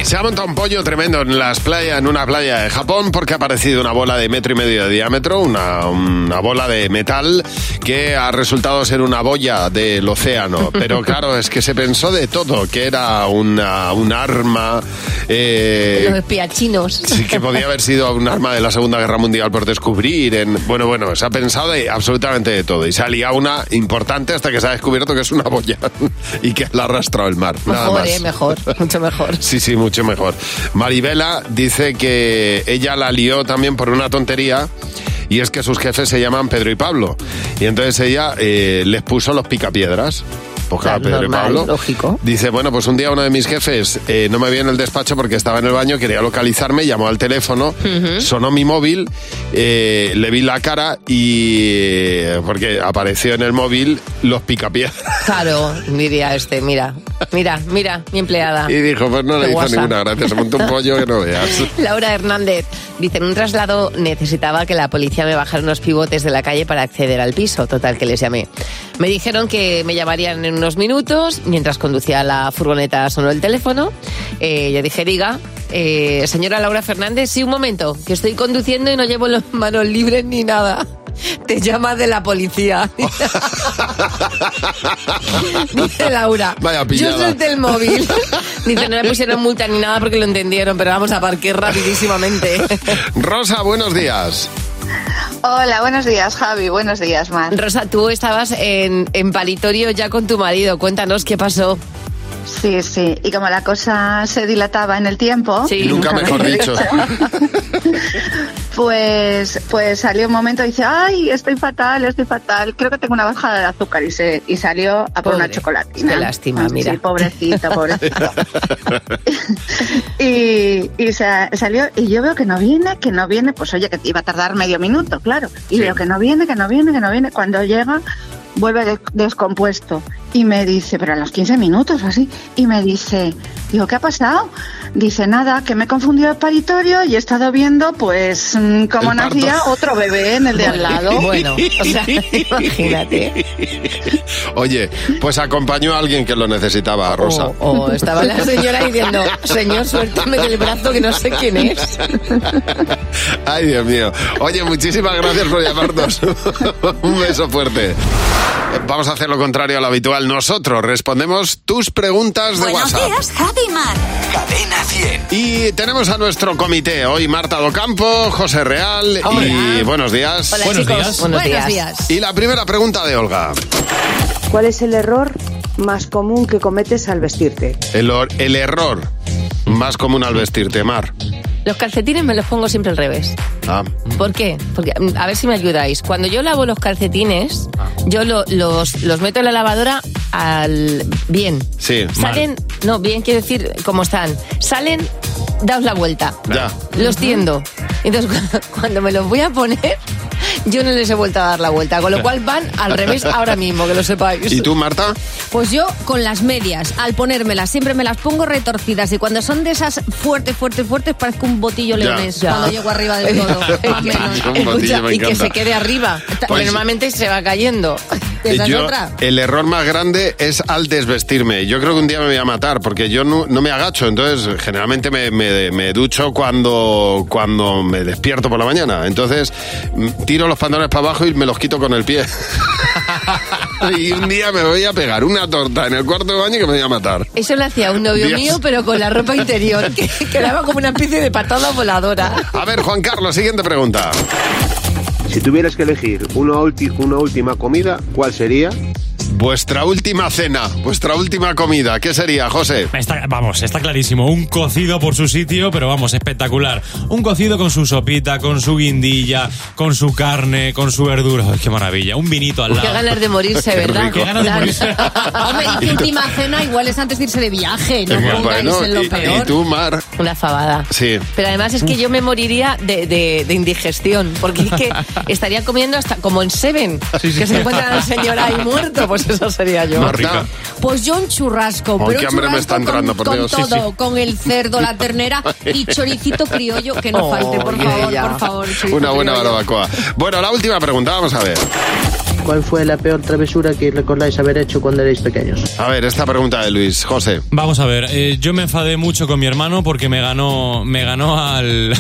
[SPEAKER 2] Se ha montado un pollo tremendo en las playas, en una playa de Japón, porque ha aparecido una bola de metro y medio de diámetro, una, una bola de metal que ha resultado ser una boya del océano. Pero claro, es que se pensó de todo, que era una, un arma eh,
[SPEAKER 3] Los espiachinos.
[SPEAKER 2] Sí, que podía haber sido un arma de la Segunda Guerra Mundial por descubrir. En, bueno, bueno, se ha pensado de absolutamente de todo. Y se ha liado una importante hasta que se ha descubierto que es una boya y que la ha arrastrado el mar. Nada
[SPEAKER 3] Mejor,
[SPEAKER 2] más.
[SPEAKER 3] eh, mejor. Mucho mejor.
[SPEAKER 2] Sí, sí, mucho mejor. Maribela dice que ella la lió también por una tontería. Y es que sus jefes se llaman Pedro y Pablo. Y entonces ella eh, les puso los picapiedras. Pues claro,
[SPEAKER 3] Claro,
[SPEAKER 2] Pedro
[SPEAKER 3] normal,
[SPEAKER 2] y Pablo.
[SPEAKER 3] lógico.
[SPEAKER 2] Dice, bueno, pues un día uno de mis jefes eh, no me vio en el despacho porque estaba en el baño, quería localizarme, llamó al teléfono,
[SPEAKER 19] Ujú.
[SPEAKER 2] sonó mi móvil, eh, le vi la cara y... eh, porque apareció en el móvil los picapiedras.
[SPEAKER 3] Claro, diría este, mira, mira, mira, mi empleada.
[SPEAKER 2] Y dijo, pues no
[SPEAKER 3] Ah, Qué
[SPEAKER 2] le hizo
[SPEAKER 3] guasa.
[SPEAKER 2] ninguna gracia, se montó un pollo que no veas.
[SPEAKER 3] Laura Hernández dice, en un traslado necesitaba que la policía me bajara unos pivotes de la calle para acceder al piso, total que les llamé. Me dijeron que me llamarían en unos minutos, mientras conducía la furgoneta sonó el teléfono, Eh, yo dije, diga, eh, señora Laura Fernández, sí, un momento, que estoy conduciendo y no llevo los manos libres ni nada. Te llamas de la policía. Dice Laura.
[SPEAKER 2] Vaya
[SPEAKER 3] Yo
[SPEAKER 2] pillada.
[SPEAKER 3] solté el móvil. Dice, no le pusieron multa ni nada porque lo entendieron, pero vamos a parquear rapidísimamente.
[SPEAKER 2] Rosa, buenos días.
[SPEAKER 17] Hola, buenos días, Javi. Buenos días, Mar.
[SPEAKER 3] Rosa, tú estabas en, en palitorio ya con tu marido. Cuéntanos qué pasó.
[SPEAKER 17] Sí, sí. Y como la cosa se dilataba en el tiempo.
[SPEAKER 2] Nunca mejor dicho.
[SPEAKER 17] Pues, pues salió un momento y dice, ay, estoy fatal, estoy fatal, creo que tengo una bajada de azúcar y se y salió a por una chocolatina.
[SPEAKER 3] Qué lástima,
[SPEAKER 17] Sí,
[SPEAKER 3] mira.
[SPEAKER 17] pobrecito, pobrecito. y y sa- salió y yo veo que no viene, que no viene, pues oye, que iba a tardar medio minuto, claro. Y veo que no viene, que no viene, que no viene. Cuando llega, vuelve des- descompuesto y me dice, pero a los 15 minutos o así, y me dice, digo, ¿qué ha pasado? Dice, nada, que me he confundido el paritorio y he estado viendo, pues, mm, cómo
[SPEAKER 3] El parto.
[SPEAKER 17] nacía otro bebé en el de al lado.
[SPEAKER 3] Bueno, o sea, imagínate.
[SPEAKER 2] Oye, pues acompañó a alguien que lo
[SPEAKER 3] Oh,
[SPEAKER 2] necesitaba, Rosa.
[SPEAKER 3] O, o estaba la señora diciendo, señor, suéltame del brazo que no sé quién es.
[SPEAKER 2] Ay, Dios mío. Oye, muchísimas gracias por llamarnos. Un beso fuerte. Eh, Vamos a hacer lo contrario a lo habitual. Nosotros respondemos tus preguntas de
[SPEAKER 8] Buenos
[SPEAKER 2] WhatsApp.
[SPEAKER 8] días, Javi Mar. Cadena 100.
[SPEAKER 2] Y tenemos a nuestro comité hoy Marta Docampo, José Real y buenos días.
[SPEAKER 20] Hola, Buenos chicos. días. Buenos Buenos días. días.
[SPEAKER 2] Y la primera pregunta de Olga.
[SPEAKER 20] ¿Cuál es el error más común que cometes al vestirte?
[SPEAKER 2] El, or- el error más común al vestirte, Mar.
[SPEAKER 3] Los calcetines me los pongo siempre al revés.
[SPEAKER 2] Ah.
[SPEAKER 3] ¿Por qué? Porque, mm, a ver si me ayudáis. Cuando yo lavo los calcetines, yo lo- los, los meto en la lavadora al bien.
[SPEAKER 2] Sí.
[SPEAKER 3] Salen, no, bien quiero decir cómo están. Salen, daos la vuelta.
[SPEAKER 2] Ya.
[SPEAKER 3] Los tiendo. Entonces, cu- cuando me los voy a poner, yo no les he vuelto a dar la vuelta. Con lo cual van al revés ahora mismo, que lo sepáis.
[SPEAKER 2] ¿Y tú, Marta?
[SPEAKER 21] Pues yo con las medias, al ponérmelas, siempre me las pongo retorcidas y cuando son de esas fuertes, fuertes, fuertes, parezco un botillo
[SPEAKER 3] Ya.
[SPEAKER 21] leonés
[SPEAKER 3] Ya.
[SPEAKER 21] cuando llego arriba del todo. más o menos.
[SPEAKER 2] Un botillo, me
[SPEAKER 3] y que
[SPEAKER 2] encanta.
[SPEAKER 3] se quede arriba.
[SPEAKER 2] Pues-
[SPEAKER 3] Normalmente se va cayendo.
[SPEAKER 2] Yo, el error más grande es al desvestirme. Yo creo que un día me voy a matar porque yo no, no me agacho. Entonces, generalmente me, me- me ducho cuando, cuando me despierto por la mañana. Entonces, mm, tiro los pantalones para abajo y me los quito con el pie. y un día me voy a pegar una torta en el cuarto de baño que me voy a matar.
[SPEAKER 3] Eso lo hacía un novio
[SPEAKER 2] Dios.
[SPEAKER 3] mío, pero con la ropa interior, que quedaba como una especie de patada voladora.
[SPEAKER 2] A ver, Juan Carlos, siguiente pregunta.
[SPEAKER 22] Si tuvieras que elegir una, ulti- una última comida, ¿cuál sería?
[SPEAKER 2] Vuestra última cena, vuestra última comida, ¿qué sería, José?
[SPEAKER 18] Está- vamos, está clarísimo. Un cocido por su sitio, pero vamos, espectacular. Un cocido con su sopita, con su guindilla, con su carne, con su verdura. ¡Ay, qué maravilla! Un vinito al lado.
[SPEAKER 3] Qué ganas de morirse,
[SPEAKER 18] Qué
[SPEAKER 3] ¿verdad?
[SPEAKER 18] rico. Qué ganas de
[SPEAKER 3] Claro.
[SPEAKER 18] morirse.
[SPEAKER 21] Hombre, y que última cena igual es antes de irse de viaje, no
[SPEAKER 2] Bueno,
[SPEAKER 21] pongáis en lo
[SPEAKER 2] y,
[SPEAKER 21] peor.
[SPEAKER 2] y tú, Mar?
[SPEAKER 3] Una fabada.
[SPEAKER 2] Sí.
[SPEAKER 3] Pero además es que yo me moriría de, de- de indigestión, porque es que estaría comiendo hasta como en Seven,
[SPEAKER 2] Sí, sí.
[SPEAKER 3] que se encuentra el señor ahí muerto, pues eso sería yo.
[SPEAKER 2] Marta.
[SPEAKER 21] Pues yo un churrasco,
[SPEAKER 2] Ay,
[SPEAKER 21] pero
[SPEAKER 2] qué
[SPEAKER 21] un
[SPEAKER 2] hambre me está
[SPEAKER 21] churrasco
[SPEAKER 2] entrando, por
[SPEAKER 21] con
[SPEAKER 2] Dios.
[SPEAKER 21] todo,
[SPEAKER 2] Sí, sí.
[SPEAKER 21] con el cerdo, la ternera y choricito criollo, que no
[SPEAKER 2] Oh,
[SPEAKER 21] falte, por
[SPEAKER 2] qué
[SPEAKER 21] favor,
[SPEAKER 2] bella.
[SPEAKER 21] por favor. choricito
[SPEAKER 2] Una buena
[SPEAKER 21] criollo.
[SPEAKER 2] barbacoa. Bueno, la última pregunta, vamos a ver.
[SPEAKER 19] ¿Cuál fue la peor travesura que recordáis haber hecho cuando erais pequeños?
[SPEAKER 2] A ver, esta pregunta de Luis, José.
[SPEAKER 18] Vamos a ver, eh, yo me enfadé mucho con mi hermano porque me ganó, me ganó al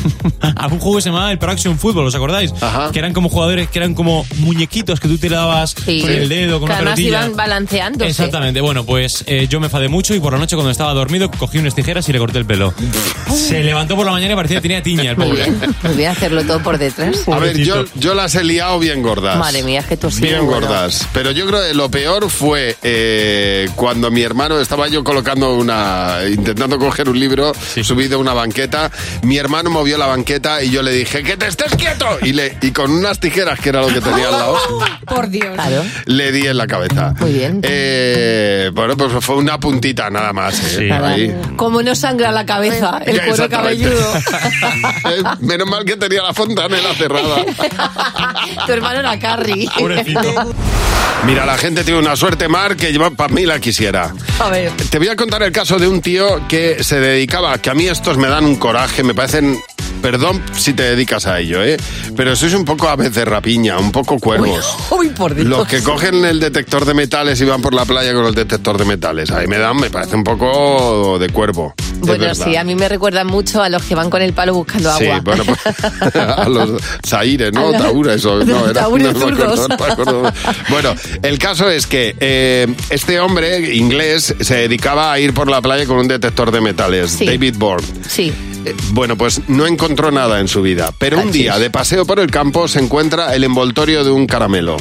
[SPEAKER 18] a un juego que se llamaba el Pro Action Football, ¿os acordáis? Que eran como jugadores, que eran como muñequitos que tú te dabas
[SPEAKER 3] Sí.
[SPEAKER 18] con el dedo, con
[SPEAKER 3] que
[SPEAKER 18] una
[SPEAKER 3] además
[SPEAKER 18] pelotilla.
[SPEAKER 3] iban balanceándose.
[SPEAKER 18] Exactamente, bueno, pues eh, yo me enfadé mucho y por la noche cuando estaba dormido cogí unas tijeras y le corté el pelo. Se levantó por la mañana y parecía que tenía tiña el
[SPEAKER 3] Muy
[SPEAKER 18] pobre.
[SPEAKER 3] bien, muy bien hacerlo todo por detrás.
[SPEAKER 2] A ver, yo, yo las he liado bien gordas.
[SPEAKER 3] Madre mía, es que tú has sido
[SPEAKER 2] Bien
[SPEAKER 3] bueno.
[SPEAKER 2] gordas. Pero yo creo que lo peor fue eh, cuando mi hermano estaba yo colocando una. intentando coger un libro, subido a una banqueta. Mi hermano movió la banqueta y yo le dije, ¡que te estés quieto! Y, le, y con unas tijeras, que era lo que tenía al lado,
[SPEAKER 21] Por Dios.
[SPEAKER 2] le di en la cabeza. Muy bien. bueno, pues fue una puntita nada más. ¿eh? Ahí.
[SPEAKER 3] Como no sangra la cabeza, el
[SPEAKER 2] Ya,
[SPEAKER 3] cuero
[SPEAKER 2] exactamente.
[SPEAKER 3] cabelludo.
[SPEAKER 2] Eh, Menos mal que tenía la fontanela cerrada.
[SPEAKER 3] tu hermano era Carrie.
[SPEAKER 2] Pobrecito. Mira, la gente tiene una suerte, Mar, que yo para mí la quisiera.
[SPEAKER 3] A ver.
[SPEAKER 2] Te voy a contar el caso de un tío que se dedicaba, que a mí estos me dan un coraje, me parecen... Perdón si te dedicas a ello, ¿eh? Pero sois un poco aves de rapiña, un poco cuervos.
[SPEAKER 3] Uy, por Dios.
[SPEAKER 2] Los que cogen el detector de metales y van por la playa con el detector de metales. Ahí me dan, me parece un poco de cuervo. de
[SPEAKER 3] Bueno,
[SPEAKER 2] verdad.
[SPEAKER 3] sí, a mí me recuerdan mucho a los que van con el palo buscando
[SPEAKER 2] Sí,
[SPEAKER 3] agua.
[SPEAKER 2] bueno, pues, a los Zaire,
[SPEAKER 3] A
[SPEAKER 2] ¿no?
[SPEAKER 3] los-
[SPEAKER 2] Taura, eso. No, era,
[SPEAKER 3] Taura
[SPEAKER 2] no me acuerdo,
[SPEAKER 3] zurdos.
[SPEAKER 2] no me acuerdo. Bueno, el caso es que eh, este hombre inglés se dedicaba a ir por la playa con un detector de metales,
[SPEAKER 3] Sí.
[SPEAKER 2] David Bourne.
[SPEAKER 3] Sí.
[SPEAKER 2] Eh, Bueno, pues no encontró nada en su vida, pero un
[SPEAKER 3] Así
[SPEAKER 2] día
[SPEAKER 3] es.
[SPEAKER 2] de paseo por el campo se encuentra el envoltorio de un caramelo.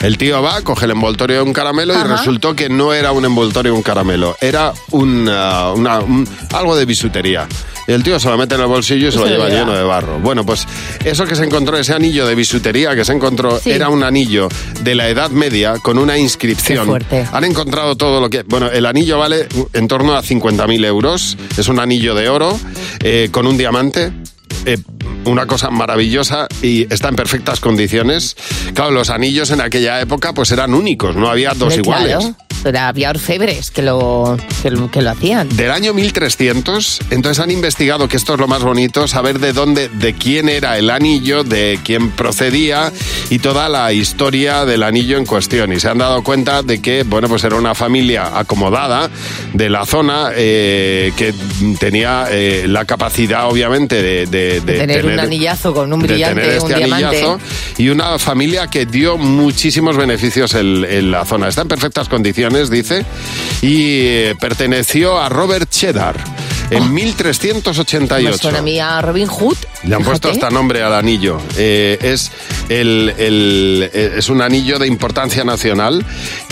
[SPEAKER 2] El tío va, coge el envoltorio de un caramelo y
[SPEAKER 22] Ajá.
[SPEAKER 2] resultó que no era un envoltorio de un caramelo, era una- una- un- algo de bisutería. Y el tío se lo mete en el bolsillo y se lo
[SPEAKER 22] Se lo
[SPEAKER 2] lleva
[SPEAKER 22] lleva.
[SPEAKER 2] lleno de barro. Bueno, pues eso que se encontró, ese anillo de bisutería que se encontró,
[SPEAKER 22] Sí.
[SPEAKER 2] era un anillo de la Edad Media con una inscripción.
[SPEAKER 22] Qué fuerte.
[SPEAKER 2] Han encontrado todo lo que... Bueno, el anillo vale en torno a 50.000 euros. Es un anillo de oro eh, con un diamante. eh, una cosa maravillosa y está en perfectas condiciones. Claro, los anillos en aquella época pues eran únicos, no había dos
[SPEAKER 3] Hombre,
[SPEAKER 2] iguales.
[SPEAKER 3] claro. Era- había orfebres que lo, que lo- que lo hacían.
[SPEAKER 2] Del año 1300, entonces han investigado que esto es lo más bonito, saber de dónde, de quién era el anillo, de quién procedía y toda la historia del anillo en cuestión. Y se han dado cuenta de que, bueno, pues era una familia acomodada de la zona eh, que tenía eh, la capacidad, obviamente, de, de- de
[SPEAKER 3] tener, un anillazo con un
[SPEAKER 2] de
[SPEAKER 3] brillante,
[SPEAKER 2] tener este
[SPEAKER 3] un diamante.
[SPEAKER 2] anillazo y una familia que dio muchísimos beneficios en, en la zona. Está en perfectas condiciones, dice, y eh, perteneció a Robert Cheddar en
[SPEAKER 3] Ah. Me suena
[SPEAKER 2] 1388.
[SPEAKER 3] a mí a Robin Hood.
[SPEAKER 2] Le han puesto
[SPEAKER 3] fíjate.
[SPEAKER 2] hasta nombre al anillo. Eh, es, el, el- eh, es un anillo de importancia nacional.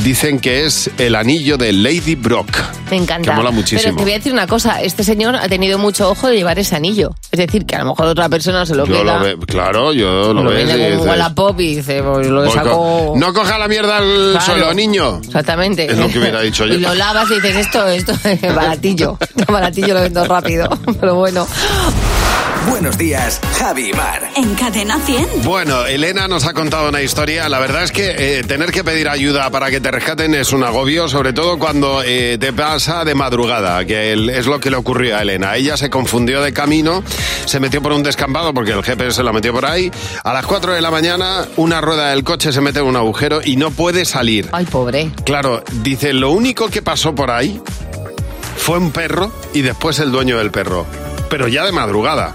[SPEAKER 2] Dicen que es el anillo de Lady Brock.
[SPEAKER 3] Me encanta.
[SPEAKER 2] Que mola muchísimo.
[SPEAKER 3] Pero te voy a decir una cosa, este señor ha tenido mucho ojo de llevar ese anillo. Es decir, que a lo mejor otra persona se lo
[SPEAKER 2] Yo
[SPEAKER 3] queda.
[SPEAKER 2] lo ve- claro, yo lo,
[SPEAKER 3] lo
[SPEAKER 2] ves
[SPEAKER 3] vende
[SPEAKER 2] y
[SPEAKER 3] como un
[SPEAKER 2] dices,
[SPEAKER 3] Wallapop y dice, pues lo
[SPEAKER 2] "Voy co-
[SPEAKER 3] saco...
[SPEAKER 2] No coja la mierda al
[SPEAKER 3] Claro.
[SPEAKER 2] suelo, niño.
[SPEAKER 3] Exactamente.
[SPEAKER 2] Es lo que hubiera dicho yo.
[SPEAKER 3] Y lo lavas y dices, esto, esto es baratillo. Baratillo lo vendo rápido. Pero bueno.
[SPEAKER 5] Buenos días, Javi y Mar.
[SPEAKER 8] En Cadena 100.
[SPEAKER 2] Bueno, Elena nos ha contado una historia. La verdad es que eh, tener que pedir ayuda para que te rescaten es un agobio, sobre todo cuando eh, te pasa de madrugada, que el- es lo que le ocurrió a Elena. Ella se confundió de camino, se metió por un descampado porque el GPS la metió por ahí. A las 4 de la mañana, una rueda del coche se mete en un agujero y no puede salir.
[SPEAKER 3] Ay, pobre.
[SPEAKER 2] Claro, dice, lo único que pasó por ahí fue un perro y después el dueño del perro, pero ya de madrugada.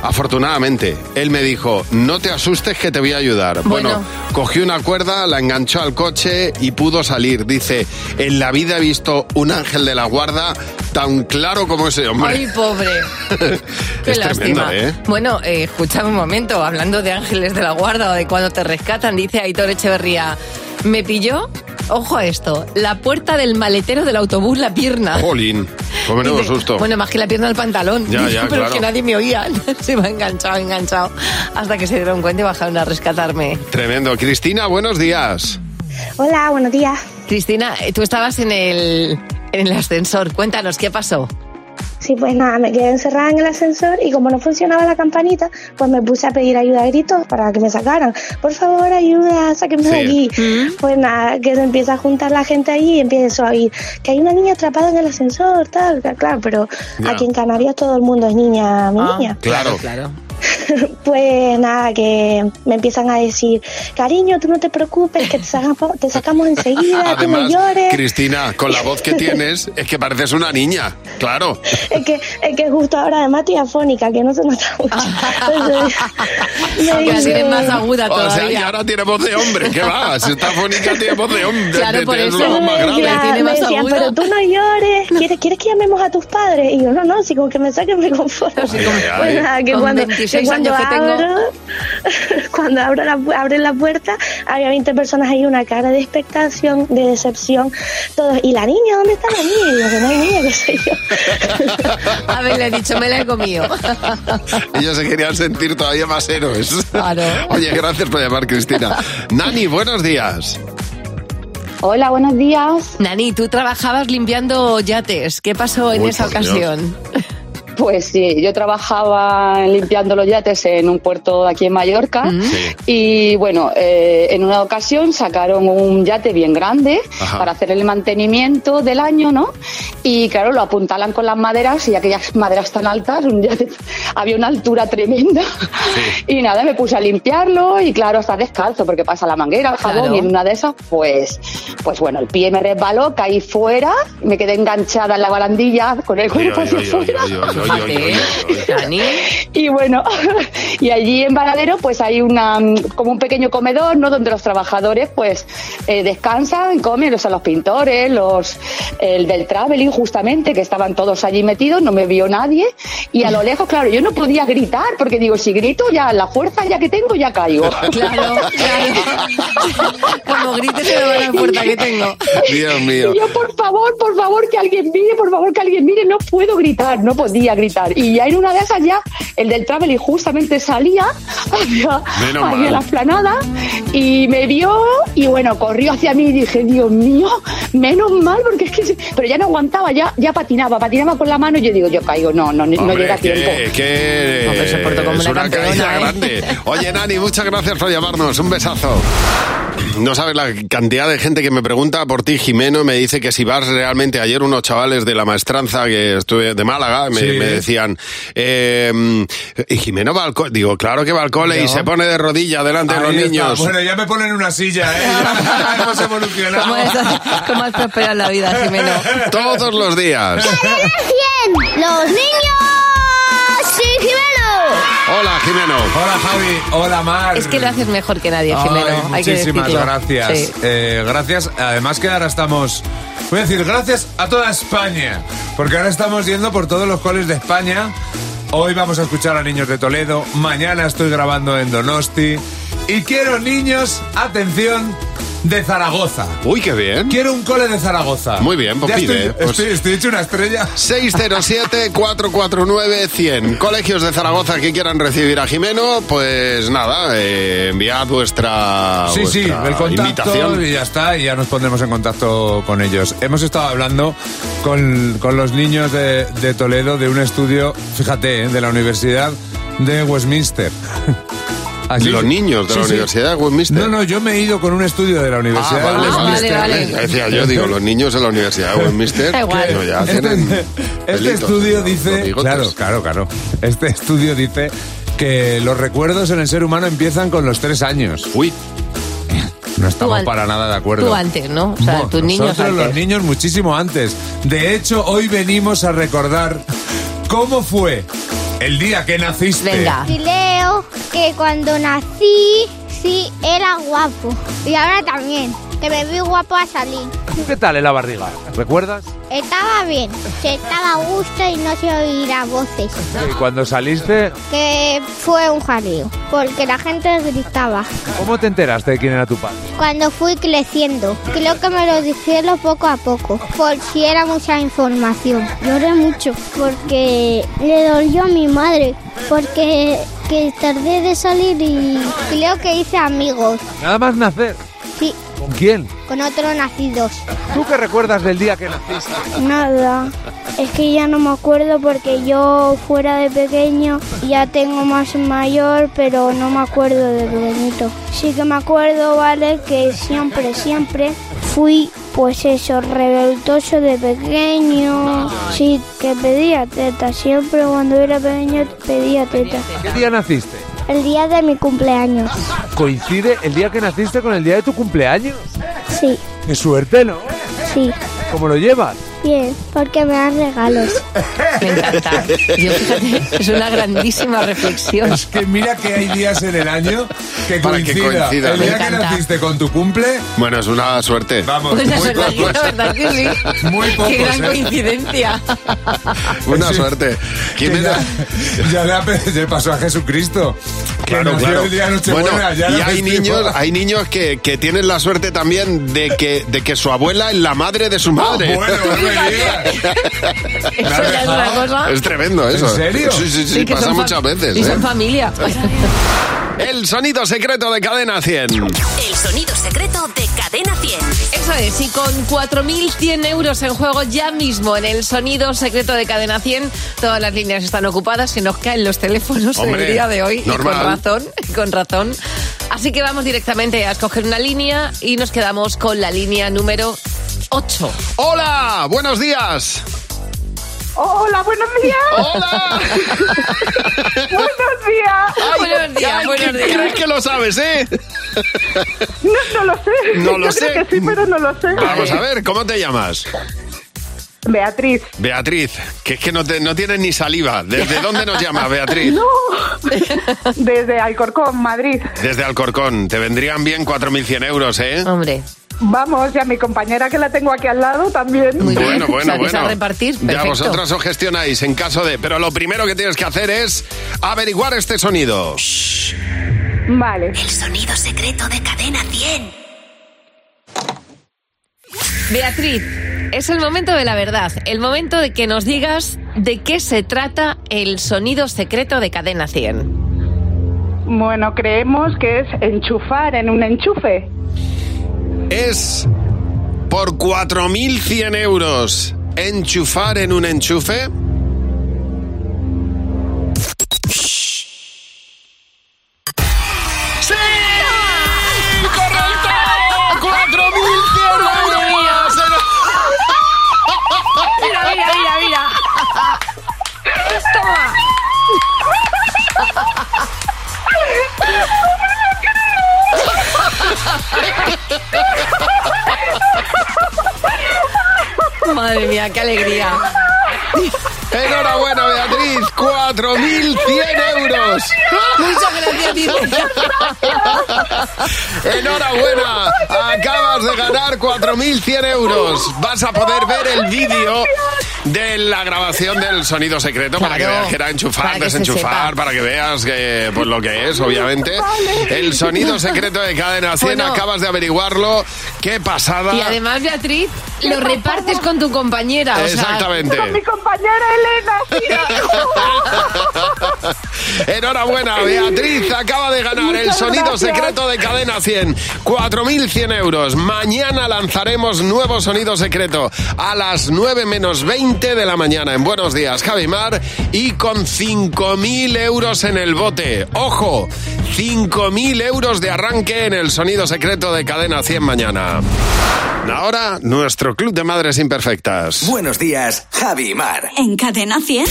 [SPEAKER 2] Afortunadamente, él me dijo, no te asustes que te voy a ayudar. Bueno, cogí una cuerda, la enganchó al coche y pudo salir. Dice, en la vida he visto un ángel de la guarda tan claro como ese
[SPEAKER 3] Ay,
[SPEAKER 2] hombre.
[SPEAKER 3] pobre. Qué
[SPEAKER 2] es tremendo,
[SPEAKER 3] lástima.
[SPEAKER 2] ¿eh?
[SPEAKER 3] Bueno, eh, escuchame un momento, hablando de ángeles de la guarda o de cuando te rescatan, dice Aitor Echeverría, me pilló Ojo a esto. La puerta del maletero del autobús, la pierna.
[SPEAKER 2] Jolín, con menudo
[SPEAKER 3] Dice,
[SPEAKER 2] susto.
[SPEAKER 3] Bueno, más que la pierna del pantalón.
[SPEAKER 2] Ya, ya,
[SPEAKER 3] Pero es
[SPEAKER 2] claro.
[SPEAKER 3] que nadie me oía. Se va enganchado, enganchado. Hasta que se dieron cuenta y bajaron a rescatarme.
[SPEAKER 2] Tremendo. Cristina, buenos días.
[SPEAKER 3] Hola, buenos días. Cristina, eh, tú estabas en el, en el ascensor. Cuéntanos, ¿qué pasó?
[SPEAKER 1] Sí, pues nada, me quedé encerrada en el ascensor y como no funcionaba la campanita, pues me puse a pedir ayuda a gritos para que me sacaran. Por favor, ayuda, sáquenme de
[SPEAKER 22] Sí. Mm.
[SPEAKER 1] aquí. Pues nada, que se empieza a juntar la gente ahí y empiezo a oír que hay una niña atrapada en el ascensor, tal, tal, claro, pero
[SPEAKER 22] Ya. Ah.
[SPEAKER 1] aquí en Canarias todo el mundo es niña,
[SPEAKER 3] Ah.
[SPEAKER 1] mi niña.
[SPEAKER 22] Claro, claro.
[SPEAKER 1] Pues nada, que me empiezan a decir, cariño, tú no te preocupes, que te sacamos, te sacamos enseguida, tú no
[SPEAKER 2] Además,
[SPEAKER 1] llores.
[SPEAKER 2] Cristina, con la voz que tienes, es que pareces una niña. Claro.
[SPEAKER 1] Es que, es que justo ahora además estoy afónica, que no se nota mucho. Entonces, me
[SPEAKER 3] Que la
[SPEAKER 1] dice-
[SPEAKER 3] tienes Ah. más aguda
[SPEAKER 2] O sea, y
[SPEAKER 3] todavía.
[SPEAKER 2] ahora tiene voz de hombre. ¿Qué va? Si está fónica, tiene voz de hombre.
[SPEAKER 3] Claro,
[SPEAKER 2] Te-
[SPEAKER 3] por
[SPEAKER 2] tienes
[SPEAKER 3] eso.
[SPEAKER 2] una voz más grave.
[SPEAKER 1] Ya, me decían, pero tú no llores, ¿quieres, quieres que llamemos a tus padres? Y yo, no, no, si con que me saquen me conformo. Pues nada, que
[SPEAKER 3] Con
[SPEAKER 1] cuando,
[SPEAKER 3] 26
[SPEAKER 1] que cuando
[SPEAKER 3] años que tengo.
[SPEAKER 1] abro, cuando abro la, pu- abren la puerta, había 20 personas ahí, una cara de expectación, de decepción, todos, ¿y la niña? ¿Dónde está la niña? Y yo, que no hay niña, que soy yo.
[SPEAKER 3] A ver, le he dicho, me la he comido.
[SPEAKER 2] Ellos se querían sentir todavía más héroes.
[SPEAKER 3] Claro.
[SPEAKER 2] Oye, gracias por llamar, Cristina. Nani, buenos días.
[SPEAKER 3] Hola, buenos días. Nani, tú trabajabas limpiando yates. ¿Qué pasó en
[SPEAKER 2] Uy,
[SPEAKER 3] esa
[SPEAKER 2] por Dios.
[SPEAKER 3] ocasión?
[SPEAKER 23] Pues sí, yo trabajaba limpiando los yates en un puerto de aquí en Mallorca y bueno, eh, en una ocasión sacaron un yate bien grande
[SPEAKER 22] Ajá.
[SPEAKER 23] para hacer el mantenimiento del año, ¿no? Y claro, lo apuntalan con las maderas y aquellas maderas tan altas, un yate, había una altura tremenda y nada, me puse a limpiarlo y claro, hasta descalzo porque pasa la manguera, el jabón
[SPEAKER 22] Claro.
[SPEAKER 23] y en una de esas, pues, pues bueno, el pie me resbaló, caí fuera, me quedé enganchada en la barandilla con el cuerpo hacia fuera. Y bueno, y allí en Varadero pues hay una mm, como un pequeño comedor, ¿no? Donde los trabajadores pues eh, descansan, comen, o sea, los pintores, los el del traveling justamente, que estaban todos allí metidos, no me vio nadie y a lo lejos, claro, yo no podía gritar porque digo, si grito ya la fuerza ya que tengo ya caigo.
[SPEAKER 3] Claro, claro. Como grites se me va la puerta que tengo.
[SPEAKER 2] Dios mío.
[SPEAKER 23] Y yo, por favor, por favor, que alguien mire, por favor, que alguien mire, no puedo gritar, no podía gritar. Y ya en una de esas ya, el del travel justamente salía hacia,
[SPEAKER 22] Menos
[SPEAKER 23] hacia
[SPEAKER 22] mal.
[SPEAKER 23] la esplanada y me vio y bueno, corrió hacia mí y dije, Dios mío, menos mal, porque es que... se- Pero ya no aguantaba, ya, ya patinaba, patinaba con la mano y yo digo, yo caigo, no, no, no
[SPEAKER 2] Hombre,
[SPEAKER 23] llega a
[SPEAKER 2] que-
[SPEAKER 23] tiempo.
[SPEAKER 2] que
[SPEAKER 23] Hombre, se portó como
[SPEAKER 2] es
[SPEAKER 23] una
[SPEAKER 2] una caída
[SPEAKER 24] ¿eh?
[SPEAKER 2] grande. Oye, Nani, muchas gracias por llamarnos. Un besazo. No sabes la cantidad de gente que me pregunta por ti, Jimeno. Me dice que si vas realmente ayer unos chavales de la maestranza que estuve de Málaga me,
[SPEAKER 24] Sí.
[SPEAKER 2] me decían eh, y Jimeno va al co-". Digo, claro que va al cole y se pone de rodilla delante de los
[SPEAKER 24] Ahí está.
[SPEAKER 2] niños.
[SPEAKER 24] Bueno, ya me ponen en una silla, ¿eh? Ya hemos evolucionado.
[SPEAKER 3] ¿Cómo has, cómo has prosperado en la vida, Jimeno?
[SPEAKER 2] Todos los días.
[SPEAKER 22] ¡Los niños! ¡Sí,
[SPEAKER 2] Hola, Jimeno.
[SPEAKER 24] Hola, Javi. Hola, Mar.
[SPEAKER 3] Es que lo haces mejor que nadie,
[SPEAKER 24] Ay,
[SPEAKER 3] Eh, Jimeno. Hay que
[SPEAKER 24] muchísimas
[SPEAKER 3] decirlo.
[SPEAKER 24] gracias.
[SPEAKER 3] Sí.
[SPEAKER 24] Eh, gracias. Además que ahora estamos... Voy a decir gracias a toda España. Porque ahora estamos yendo por todos los coles de España. Hoy vamos a escuchar a Niños de Toledo. Mañana estoy grabando en Donosti. Y quiero niños, atención, de Zaragoza.
[SPEAKER 2] Uy, qué bien.
[SPEAKER 24] Quiero un cole de Zaragoza.
[SPEAKER 2] Muy bien, pues
[SPEAKER 24] Ya
[SPEAKER 2] pide,
[SPEAKER 24] Estoy,
[SPEAKER 2] pues-
[SPEAKER 24] estoy- estoy hecho una estrella.
[SPEAKER 2] 607-449-100. Colegios de Zaragoza que quieran recibir a Jimeno, pues nada, eh, enviad vuestra,
[SPEAKER 24] Sí, sí,
[SPEAKER 2] vuestra
[SPEAKER 24] el contacto
[SPEAKER 2] invitación.
[SPEAKER 24] y ya está, y ya nos pondremos en contacto con ellos. Hemos estado hablando con, con los niños de, de Toledo de un estudio, fíjate, ¿eh? de la Universidad de Westminster. Ah,
[SPEAKER 2] Los niños de la Universidad de Westminster. Ah,
[SPEAKER 24] No, no, yo me he ido con un estudio de la Universidad de
[SPEAKER 2] vale,
[SPEAKER 24] Westminster.
[SPEAKER 2] vale, vale. Decía yo, digo, los niños en la Universidad de Westminster, Da igual. bueno, ya tienen
[SPEAKER 24] este, este
[SPEAKER 2] pelitos,
[SPEAKER 24] estudio
[SPEAKER 2] ¿no? Los
[SPEAKER 24] dice,
[SPEAKER 2] bigotes.
[SPEAKER 24] claro, claro, claro. Este estudio dice que los recuerdos en el ser humano empiezan con los tres años.
[SPEAKER 2] Uy.
[SPEAKER 24] No estamos
[SPEAKER 3] an-
[SPEAKER 24] para nada de acuerdo.
[SPEAKER 3] Tú antes, ¿no? O sea,
[SPEAKER 24] Bueno,
[SPEAKER 3] tus niños
[SPEAKER 24] nosotros
[SPEAKER 3] antes.
[SPEAKER 24] los niños muchísimo antes. De hecho, hoy venimos a recordar cómo fue el día que naciste.
[SPEAKER 25] Creo que cuando nací sí era guapo. Y ahora también. Que me vi guapo a salir.
[SPEAKER 26] ¿Tú qué tal en la barriga? ¿Recuerdas?
[SPEAKER 25] Estaba bien, se estaba a gusto y no se oía voces.
[SPEAKER 24] Y cuando saliste,
[SPEAKER 25] Que fue un jaleo, porque la gente gritaba.
[SPEAKER 24] ¿cómo te enteraste de quién era tu padre?
[SPEAKER 25] Cuando fui creciendo, creo que me lo dijeron poco a poco, por si era mucha información. Lloré mucho porque le dolió a mi madre, porque que tardé de salir y creo que hice amigos.
[SPEAKER 24] Nada más nacer.
[SPEAKER 25] Sí,
[SPEAKER 24] ¿Con quién?
[SPEAKER 25] con otros nacidos.
[SPEAKER 24] ¿Tú qué recuerdas del día que naciste?
[SPEAKER 25] Nada, es que ya no me acuerdo porque yo fuera de pequeño ya tengo más mayor, pero no me acuerdo de pequeñito. Sí que me acuerdo, vale, que siempre, siempre fui, pues eso, revoltoso de pequeño. Sí, que pedía teta, siempre cuando era pequeño pedía teta.
[SPEAKER 24] ¿Qué día naciste?
[SPEAKER 25] El día de mi cumpleaños,
[SPEAKER 24] ¿Coincide el día que naciste con el día de tu cumpleaños?
[SPEAKER 25] sí,
[SPEAKER 24] ¡Qué suerte, ¿no?
[SPEAKER 25] sí,
[SPEAKER 24] ¿Cómo lo llevas?
[SPEAKER 25] bien, porque me dan regalos.
[SPEAKER 3] Me encanta. Yo, fíjate, es una grandísima reflexión.
[SPEAKER 24] Es que mira que hay días en el año que
[SPEAKER 2] Para que
[SPEAKER 24] coincida.
[SPEAKER 2] coincida,
[SPEAKER 24] el
[SPEAKER 2] ¿no?
[SPEAKER 24] día
[SPEAKER 2] Me
[SPEAKER 24] que
[SPEAKER 2] encanta.
[SPEAKER 24] naciste con tu cumple,
[SPEAKER 2] Bueno, es una suerte.
[SPEAKER 24] vamos.
[SPEAKER 3] Pues la
[SPEAKER 24] muy
[SPEAKER 3] verdad-
[SPEAKER 24] pocos.
[SPEAKER 3] la verdad que sí.
[SPEAKER 24] Muy pocos,
[SPEAKER 3] Qué gran
[SPEAKER 24] ¿eh?
[SPEAKER 3] coincidencia.
[SPEAKER 2] Una
[SPEAKER 24] Sí.
[SPEAKER 2] suerte. ¿Quién
[SPEAKER 24] Que
[SPEAKER 2] era?
[SPEAKER 24] Ya le, ha- ya pasó a Jesucristo. Que
[SPEAKER 2] Claro,
[SPEAKER 24] nació
[SPEAKER 2] claro.
[SPEAKER 24] el día de Nochebuena,
[SPEAKER 2] Bueno,
[SPEAKER 24] ya
[SPEAKER 2] y
[SPEAKER 24] lo
[SPEAKER 2] hay
[SPEAKER 24] festivo.
[SPEAKER 2] niños, hay niños que, que tienen la suerte también de que, de que su abuela es la madre de su madre.
[SPEAKER 24] Ah, bueno, no me
[SPEAKER 3] Eso ya es
[SPEAKER 24] Ah.
[SPEAKER 3] una cosa.
[SPEAKER 2] Es tremendo
[SPEAKER 24] ¿En
[SPEAKER 2] eso. ¿eh?
[SPEAKER 24] serio?
[SPEAKER 2] Sí, sí, sí,
[SPEAKER 3] Sí, que
[SPEAKER 2] pasa
[SPEAKER 3] son fa-
[SPEAKER 2] muchas veces.
[SPEAKER 3] Y
[SPEAKER 2] ¿eh?
[SPEAKER 3] son familia.
[SPEAKER 2] El sonido secreto de Cadena 100.
[SPEAKER 6] El sonido secreto de Cadena 100.
[SPEAKER 3] Eso es, y con 4.100 euros en juego ya mismo en el sonido secreto de Cadena 100, todas las líneas están ocupadas y nos caen los teléfonos
[SPEAKER 6] Hombre,
[SPEAKER 3] el día de hoy. Y
[SPEAKER 6] normal.
[SPEAKER 3] con razón, y con razón. Así que vamos directamente a escoger una línea y nos quedamos con la línea número 8.
[SPEAKER 2] ¡Hola! ¡Buenos días!
[SPEAKER 9] Hola, buenos días.
[SPEAKER 2] Hola.
[SPEAKER 9] buenos días.
[SPEAKER 3] buenos días, buenos días.
[SPEAKER 2] Crees que lo sabes, ¿eh?
[SPEAKER 9] No, no lo sé.
[SPEAKER 2] No lo
[SPEAKER 9] Yo
[SPEAKER 2] sé. Mm.
[SPEAKER 9] Creo que sí, pero no lo sé.
[SPEAKER 2] Vamos a ver, ¿cómo te llamas?
[SPEAKER 9] Beatriz.
[SPEAKER 2] Beatriz, que es que no, te- no tienes ni saliva. ¿Desde dónde nos llamas, Beatriz?
[SPEAKER 9] No. Desde Alcorcón, Madrid.
[SPEAKER 2] Desde Alcorcón. Te vendrían bien 4.100 euros, ¿eh?
[SPEAKER 3] Hombre.
[SPEAKER 9] Vamos, y a mi compañera que la tengo aquí al lado también.
[SPEAKER 2] bueno, bueno, bueno. ya
[SPEAKER 9] perfecto.
[SPEAKER 2] vosotras os gestionáis en caso de. Pero lo primero que tienes que hacer es averiguar este sonido.
[SPEAKER 9] Vale.
[SPEAKER 6] El sonido secreto de Cadena 100.
[SPEAKER 3] Beatriz, es el momento de la verdad, el momento de que nos digas de qué se trata el sonido secreto de Cadena 100.
[SPEAKER 9] Bueno, creemos que es enchufar en un enchufe.
[SPEAKER 2] Es por 4.100 euros enchufar en un enchufe.
[SPEAKER 6] ¡Sí! ¡Correcto! ¡4.100 euros!
[SPEAKER 3] Mira, mira, mira, mira. Toma. Madre mía, qué alegría.
[SPEAKER 2] Enhorabuena, Beatriz. 4.100 euros.
[SPEAKER 3] Muchas gracias,
[SPEAKER 2] Enhorabuena. Acabas de ganar 4.100 euros. Vas a poder ver el vídeo de la grabación del sonido secreto para que
[SPEAKER 3] Claro.
[SPEAKER 2] veas que era enchufar,
[SPEAKER 3] Para que se
[SPEAKER 2] desenchufar,
[SPEAKER 3] sepa.
[SPEAKER 2] para que veas que, pues, lo que es, obviamente. El sonido secreto de Cadena 100,
[SPEAKER 3] Bueno.
[SPEAKER 2] acabas de averiguarlo. Qué pasada.
[SPEAKER 3] Y además, Beatriz, lo repartes con tu compañera. o sea,
[SPEAKER 2] Exactamente. Con mi
[SPEAKER 9] compañera Elena.
[SPEAKER 2] Enhorabuena, Beatriz. Acaba de ganar el
[SPEAKER 9] Muchas
[SPEAKER 2] sonido
[SPEAKER 9] gracias.
[SPEAKER 2] secreto de Cadena 100. 4.100 euros. Mañana lanzaremos nuevo sonido secreto a las 9 menos 20 de la mañana en Buenos Días, Javi Mar. Y con 5.000 euros en el bote. Ojo, 5.000 euros de arranque en el sonido secreto de Cadena 100 mañana. Ahora, nuestro club de madres imperfectas.
[SPEAKER 5] Buenos días, Javi Mar.
[SPEAKER 8] En Cadena 100.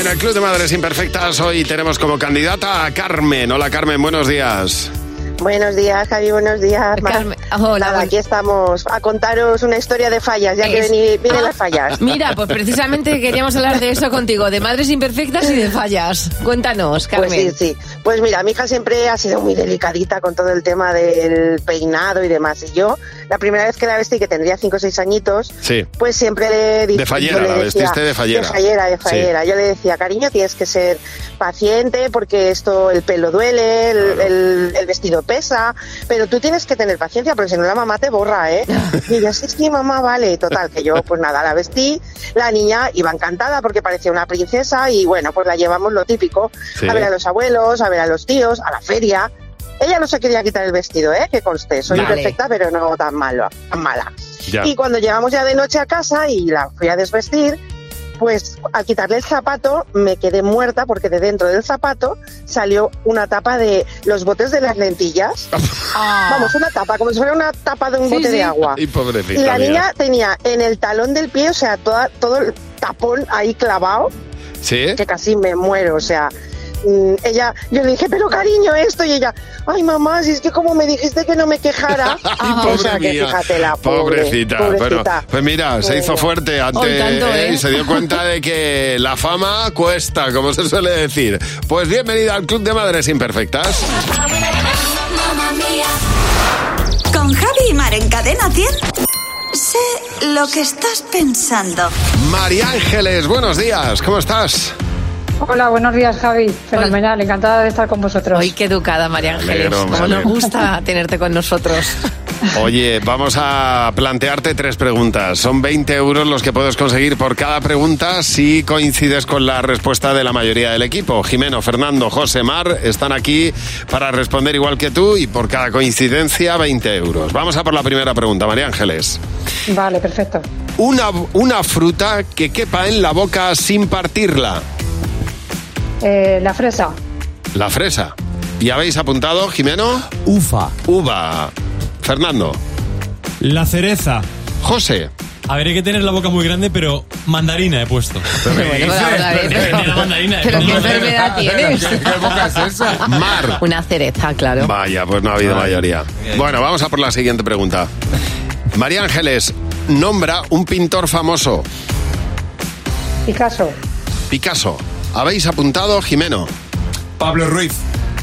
[SPEAKER 2] En el Club de Madres Imperfectas hoy tenemos como candidata a Carmen. Hola Carmen, buenos días.
[SPEAKER 10] Buenos días, Javi, buenos días. Mar.
[SPEAKER 3] Carmen,
[SPEAKER 7] Nada, aquí estamos a contaros una historia de fallas, ya que
[SPEAKER 3] Es-
[SPEAKER 7] veni- vienen
[SPEAKER 3] Ah,
[SPEAKER 7] las fallas.
[SPEAKER 3] Mira, pues precisamente queríamos hablar de eso contigo, de madres imperfectas y de fallas. Cuéntanos, Carmen.
[SPEAKER 7] Pues sí, sí. Pues mira, mi hija siempre ha sido muy delicadita con todo el tema del peinado y demás. Y yo, la primera vez que la vestí, que tendría 5 o 6 añitos,
[SPEAKER 2] Sí.
[SPEAKER 7] pues siempre le dije...
[SPEAKER 2] De fallera,
[SPEAKER 7] yo le
[SPEAKER 2] la vestiste de fallera.
[SPEAKER 7] De fallera, de
[SPEAKER 2] Sí.
[SPEAKER 7] fallera. Yo le decía, cariño, tienes que ser paciente porque esto, el pelo duele, el, el- el vestido pesa, pero tú tienes que tener paciencia porque si no la mamá te borra, ¿eh? Y yo, sí, sí, mamá, vale. Total, que yo, pues nada, la vestí. La niña iba encantada porque parecía una princesa y bueno, pues la llevamos lo típico.
[SPEAKER 10] Sí.
[SPEAKER 7] A ver a los abuelos, a ver a los tíos, a la feria. Ella no se quería quitar el vestido, ¿eh? Que conste, soy
[SPEAKER 10] Vale.
[SPEAKER 7] perfecta, pero no tan malo, tan mala.
[SPEAKER 10] Ya.
[SPEAKER 7] Y cuando llegamos ya de noche a casa y la fui a desvestir, pues al quitarle el zapato me quedé muerta porque de dentro del zapato salió una tapa de los botes de las lentillas. Vamos, una tapa, como si fuera una tapa de un bote de agua.
[SPEAKER 2] Y pobrecita.
[SPEAKER 7] Y la
[SPEAKER 2] mía.
[SPEAKER 7] niña tenía en el talón del pie, o sea, toda, todo el tapón ahí clavado,
[SPEAKER 2] ¿Sí?
[SPEAKER 7] que casi me muero, o sea. mm, Ella, yo le dije, pero cariño, esto. Y ella, ay mamá, si es que como me dijiste que no me quejara. Ah. o sea, que
[SPEAKER 2] mía.
[SPEAKER 7] fíjate la pobre,
[SPEAKER 2] Pobrecita. Bueno, pues mira, se
[SPEAKER 7] Bueno.
[SPEAKER 2] hizo fuerte ante
[SPEAKER 7] Hoy tanto,
[SPEAKER 2] ¿eh?
[SPEAKER 7] ¿eh?
[SPEAKER 2] y se dio cuenta de que la fama cuesta, como se suele decir. Pues bienvenida al Club de Madres Imperfectas.
[SPEAKER 8] Con Javi y Mar en Cadena 100. Sé lo que estás pensando.
[SPEAKER 2] María Ángeles, buenos días, ¿cómo estás?
[SPEAKER 11] Hola, buenos días, Javi. Fenomenal, encantada de estar con vosotros.
[SPEAKER 3] Ay, qué educada, María Ángeles.
[SPEAKER 2] alegro, me
[SPEAKER 3] Como nos
[SPEAKER 2] alegro.
[SPEAKER 3] gusta tenerte con nosotros.
[SPEAKER 2] Oye, vamos a plantearte tres preguntas. Son 20 euros los que puedes conseguir por cada pregunta si coincides con la respuesta de la mayoría del equipo. Jimeno, Fernando, José, Mar están aquí para responder igual que tú y por cada coincidencia 20 euros. Vamos a por la primera pregunta, María Ángeles.
[SPEAKER 11] Vale, perfecto.
[SPEAKER 2] Una, una fruta que quepa en la boca sin partirla.
[SPEAKER 11] Eh, la fresa,
[SPEAKER 2] La fresa. ¿Y habéis apuntado, Jimeno?
[SPEAKER 18] Ufa.
[SPEAKER 2] Uva. Fernando.
[SPEAKER 18] La cereza.
[SPEAKER 2] José.
[SPEAKER 18] A ver, hay que tener la boca muy grande, pero mandarina he puesto.
[SPEAKER 3] pues Pero qué enfermedad tienes.
[SPEAKER 2] Mar.
[SPEAKER 3] Una cereza, claro.
[SPEAKER 2] Vaya, pues no ha habido mayoría. Bueno, vamos a por la siguiente pregunta. María Ángeles, nombra un pintor famoso,
[SPEAKER 11] Picasso,
[SPEAKER 2] Picasso. ¿Habéis apuntado, Jimeno?
[SPEAKER 24] Pablo Ruiz.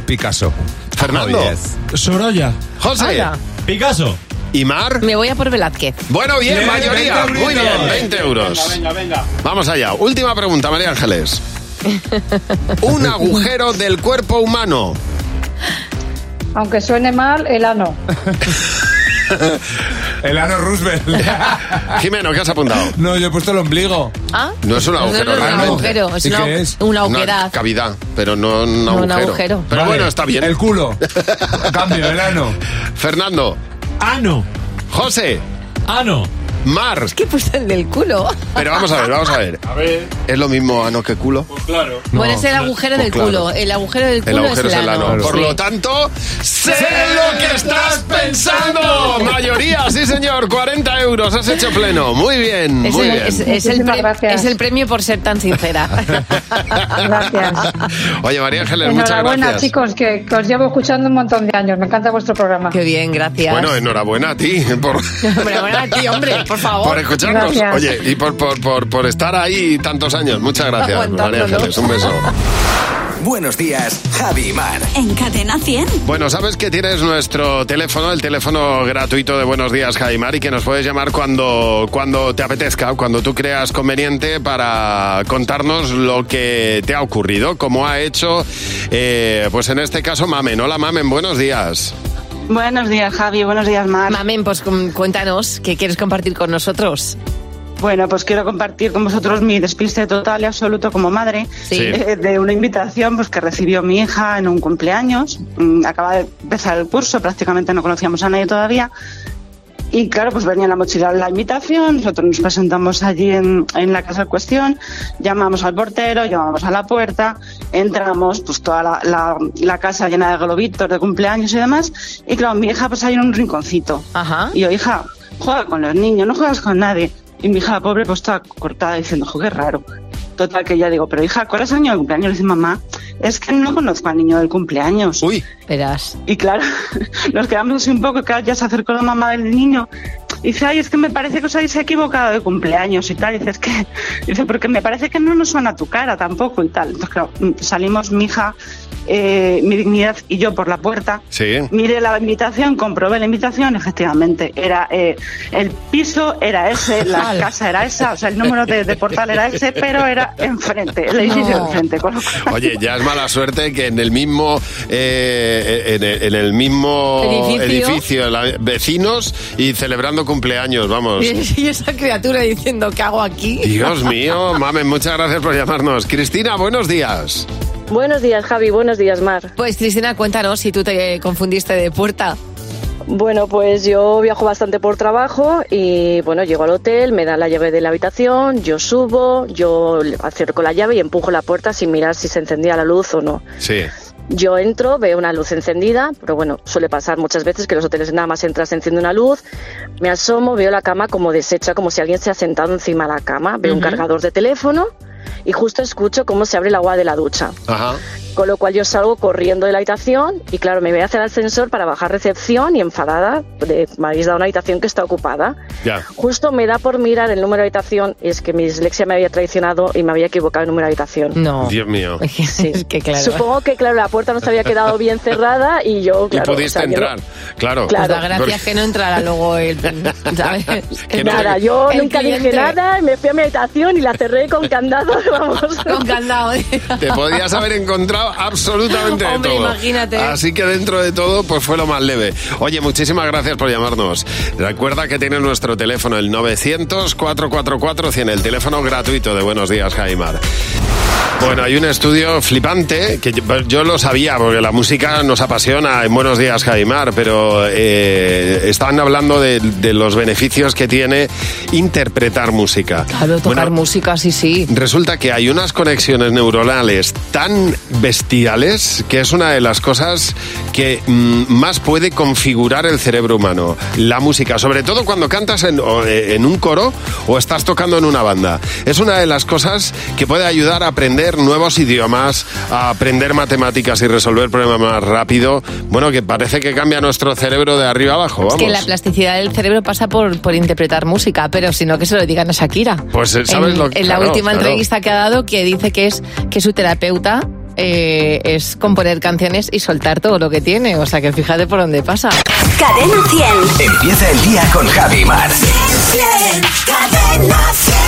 [SPEAKER 24] Picasso.
[SPEAKER 2] Fernando.
[SPEAKER 24] Oh, yes.
[SPEAKER 18] Sorolla.
[SPEAKER 2] José.
[SPEAKER 3] Hola.
[SPEAKER 18] Picasso.
[SPEAKER 2] ¿Y Mar?
[SPEAKER 3] Me voy a por Velázquez. ¿Eh?
[SPEAKER 2] Bueno, bien,
[SPEAKER 3] Bien,
[SPEAKER 2] mayoría.
[SPEAKER 3] 20
[SPEAKER 2] Muy
[SPEAKER 3] euros.
[SPEAKER 2] bien, 20 euros.
[SPEAKER 3] Venga, venga,
[SPEAKER 2] Vamos allá. Última pregunta, María Ángeles. Un agujero del cuerpo humano.
[SPEAKER 11] aunque suene mal, el ano.
[SPEAKER 24] El ano Roosevelt.
[SPEAKER 2] Jimeno, ¿qué has apuntado?
[SPEAKER 24] No, yo he puesto el ombligo.
[SPEAKER 3] ¿Ah?
[SPEAKER 2] No es un agujero,
[SPEAKER 3] No, no es un
[SPEAKER 2] realmente.
[SPEAKER 3] agujero, es
[SPEAKER 2] ¿Y
[SPEAKER 3] una,
[SPEAKER 2] qué es?
[SPEAKER 3] una oquedad.
[SPEAKER 2] cavidad, pero no un
[SPEAKER 3] No,
[SPEAKER 2] agujero.
[SPEAKER 3] un agujero.
[SPEAKER 2] Pero
[SPEAKER 24] Vale.
[SPEAKER 2] bueno, está bien.
[SPEAKER 24] El culo. Cambio, el ano.
[SPEAKER 2] Fernando.
[SPEAKER 18] Ano.
[SPEAKER 2] José.
[SPEAKER 18] Ano.
[SPEAKER 2] Mar.
[SPEAKER 3] ¿Qué puse el del culo?
[SPEAKER 2] Pero vamos a ver, vamos a ver. A ver. ¿Es lo mismo ano que culo?
[SPEAKER 24] Claro.
[SPEAKER 3] bueno, es el agujero
[SPEAKER 2] Pues
[SPEAKER 3] del
[SPEAKER 2] claro.
[SPEAKER 3] culo. El agujero del
[SPEAKER 2] El
[SPEAKER 3] culo
[SPEAKER 2] agujero
[SPEAKER 3] es el ano.
[SPEAKER 2] Por
[SPEAKER 3] Sí.
[SPEAKER 2] lo tanto, sé lo que estás pensando. Mayoría, sí señor, 40 euros, has hecho pleno. Muy bien,
[SPEAKER 3] Es
[SPEAKER 2] muy
[SPEAKER 3] el,
[SPEAKER 2] bien.
[SPEAKER 3] es- es el pre- es el premio por ser tan sincera.
[SPEAKER 11] Gracias.
[SPEAKER 2] Oye, María Ángeles, muchas
[SPEAKER 11] Pues Enhorabuena,
[SPEAKER 2] gracias.
[SPEAKER 11] chicos, que, que os llevo escuchando un montón de años. Me encanta vuestro programa.
[SPEAKER 3] Qué bien, gracias.
[SPEAKER 2] Bueno, enhorabuena a ti por,
[SPEAKER 3] Enhorabuena a ti, hombre, por favor.
[SPEAKER 2] por escucharnos.
[SPEAKER 3] Gracias.
[SPEAKER 2] Oye, y por, por, por, por estar ahí tantos años. Muchas gracias, María
[SPEAKER 5] Aguantándonos.
[SPEAKER 2] Ángeles. Un beso.
[SPEAKER 5] Buenos días, Javi y Mar.
[SPEAKER 8] En Cadena 100.
[SPEAKER 2] Bueno, sabes que tienes nuestro teléfono, el teléfono gratuito de Buenos Días, Jaimar, y que nos puedes llamar cuando, cuando te apetezca, cuando tú creas conveniente para contarnos lo que te ha ocurrido, como ha hecho, eh, pues en este caso, Mamen. Hola, Mamen, buenos días.
[SPEAKER 3] Buenos días, Javi. Buenos días, Mar. Mamen, pues com- cuéntanos qué quieres compartir con nosotros.
[SPEAKER 12] Bueno, pues quiero compartir con vosotros mi despiste total y absoluto como madre
[SPEAKER 3] Sí.
[SPEAKER 12] eh, de una invitación pues, que recibió mi hija en un cumpleaños. Mm, Acaba de empezar el curso, prácticamente no conocíamos a nadie todavía. Y claro, pues venía en la mochila la invitación, nosotros nos presentamos allí en, en la casa en cuestión, llamamos al portero, llamamos a la puerta, entramos, pues toda la, la- la casa llena de globitos de cumpleaños y demás, y claro, mi hija pues ahí en un rinconcito. Y yo, hija, juega con los niños, no juegas con nadie. Y mi hija, pobre, pues estaba cortada diciendo, jo, qué raro. Total, que yo digo, pero hija, ¿cuál es el niño del cumpleaños? Le dice, mamá, es que no conozco al niño del cumpleaños.
[SPEAKER 2] Uy.
[SPEAKER 3] Verás.
[SPEAKER 12] Y claro, nos quedamos así un poco, y claro, ya se acercó la mamá del niño. Y dice, ay, es que me parece que os habéis equivocado de cumpleaños y tal. Y dice, es que, dice, porque me parece que no nos suena tu cara tampoco y tal. Entonces, claro, mm, salimos mi hija, eh, mi dignidad y yo por la puerta.
[SPEAKER 2] Sí.
[SPEAKER 12] Miré la invitación, comprobé la invitación, efectivamente, era eh, el piso era ese, la
[SPEAKER 3] Ala.
[SPEAKER 12] casa era esa, o sea, el número de, de portal era ese, pero era enfrente, el edificio
[SPEAKER 2] No.
[SPEAKER 12] enfrente. con lo cual-
[SPEAKER 2] Oye, ya es mala suerte que en el mismo eh, en, el- en el mismo
[SPEAKER 3] Edificio.
[SPEAKER 2] edificio, la- vecinos y celebrando cumpleaños, vamos.
[SPEAKER 3] Y, y esa criatura diciendo, ¿qué hago aquí?
[SPEAKER 2] Pues Dios mío, mamen, muchas gracias por llamarnos. Cristina, buenos días.
[SPEAKER 10] Buenos días, Javi. Buenos días, Mar.
[SPEAKER 3] Pues Cristina, cuéntanos si tú te confundiste de puerta.
[SPEAKER 10] Bueno, pues yo viajo bastante por trabajo y bueno, llego al hotel, me da la llave de la habitación, yo subo, yo acerco la llave y empujo la puerta sin mirar si se encendía la luz o no.
[SPEAKER 2] Sí.
[SPEAKER 10] Yo entro, veo una luz encendida, pero bueno, suele pasar muchas veces que en los hoteles nada más entras, se enciende una luz, me asomo, veo la cama como deshecha, como si alguien se ha sentado encima de la cama, veo un
[SPEAKER 13] Ujú.
[SPEAKER 10] cargador de teléfono y justo escucho cómo se abre el agua de la ducha.
[SPEAKER 2] Ajá.
[SPEAKER 10] Con lo cual yo salgo corriendo de la habitación y claro, me voy hacia el ascensor para bajar recepción y enfadada, de, me habéis dado una habitación que está ocupada.
[SPEAKER 2] Ya.
[SPEAKER 10] Justo me da por mirar el número de habitación y es que mi dislexia me había traicionado y me había equivocado el número de habitación.
[SPEAKER 3] No.
[SPEAKER 2] Dios mío.
[SPEAKER 3] Es que claro.
[SPEAKER 10] Supongo que, claro, la puerta no se había quedado bien cerrada y yo,
[SPEAKER 2] Y
[SPEAKER 10] claro...
[SPEAKER 2] pudiste
[SPEAKER 10] o sea, yo no-
[SPEAKER 2] entrar. Claro.
[SPEAKER 3] Pues la gracia
[SPEAKER 2] Porque-
[SPEAKER 3] es que no entrara luego el... ¿sabes?
[SPEAKER 2] Que no-
[SPEAKER 10] Nada, yo
[SPEAKER 3] El
[SPEAKER 10] nunca dije
[SPEAKER 3] cliente.
[SPEAKER 10] nada, me fui a mi habitación y la cerré con candado, vamos.
[SPEAKER 3] Con candado.
[SPEAKER 2] Te podías haber encontrado absolutamente
[SPEAKER 10] Hombre,
[SPEAKER 2] de todo.
[SPEAKER 10] imagínate.
[SPEAKER 2] Así que dentro de todo, pues fue lo más leve. Oye, muchísimas gracias por llamarnos. Recuerda que tienes nuestro teléfono, el 900-444-100, el teléfono gratuito de Buenos Días, Jaimar. Bueno, hay un estudio flipante que yo, yo lo sabía porque la música nos apasiona en Buenos Días, Jaimar, pero eh, estaban hablando de, de los beneficios que tiene interpretar música.
[SPEAKER 3] Claro, tocar música, sí, sí.
[SPEAKER 2] Resulta que hay unas conexiones neuronales tan bestiales que es una de las cosas que mm, más puede configurar el cerebro humano. La música, sobre todo cuando cantas en, o, eh, en un coro o estás tocando en una banda. Es una de las cosas que puede ayudar a aprender nuevos idiomas, a aprender matemáticas y resolver problemas más rápido. Bueno, que parece que cambia nuestro cerebro de arriba abajo, Pues vamos.
[SPEAKER 3] Es que la plasticidad del cerebro pasa por, por interpretar música, pero sino que se lo digan a Shakira.
[SPEAKER 2] Pues, eh, ¿sabes
[SPEAKER 3] en,
[SPEAKER 2] lo-
[SPEAKER 3] en la
[SPEAKER 2] claro,
[SPEAKER 3] última
[SPEAKER 2] claro.
[SPEAKER 3] entrevista que ha dado, que dice que es que su terapeuta eh, es componer canciones y soltar todo lo que tiene. O sea que fíjate por dónde pasa.
[SPEAKER 5] Empieza el día con Javi Mar.
[SPEAKER 6] Cadena 100.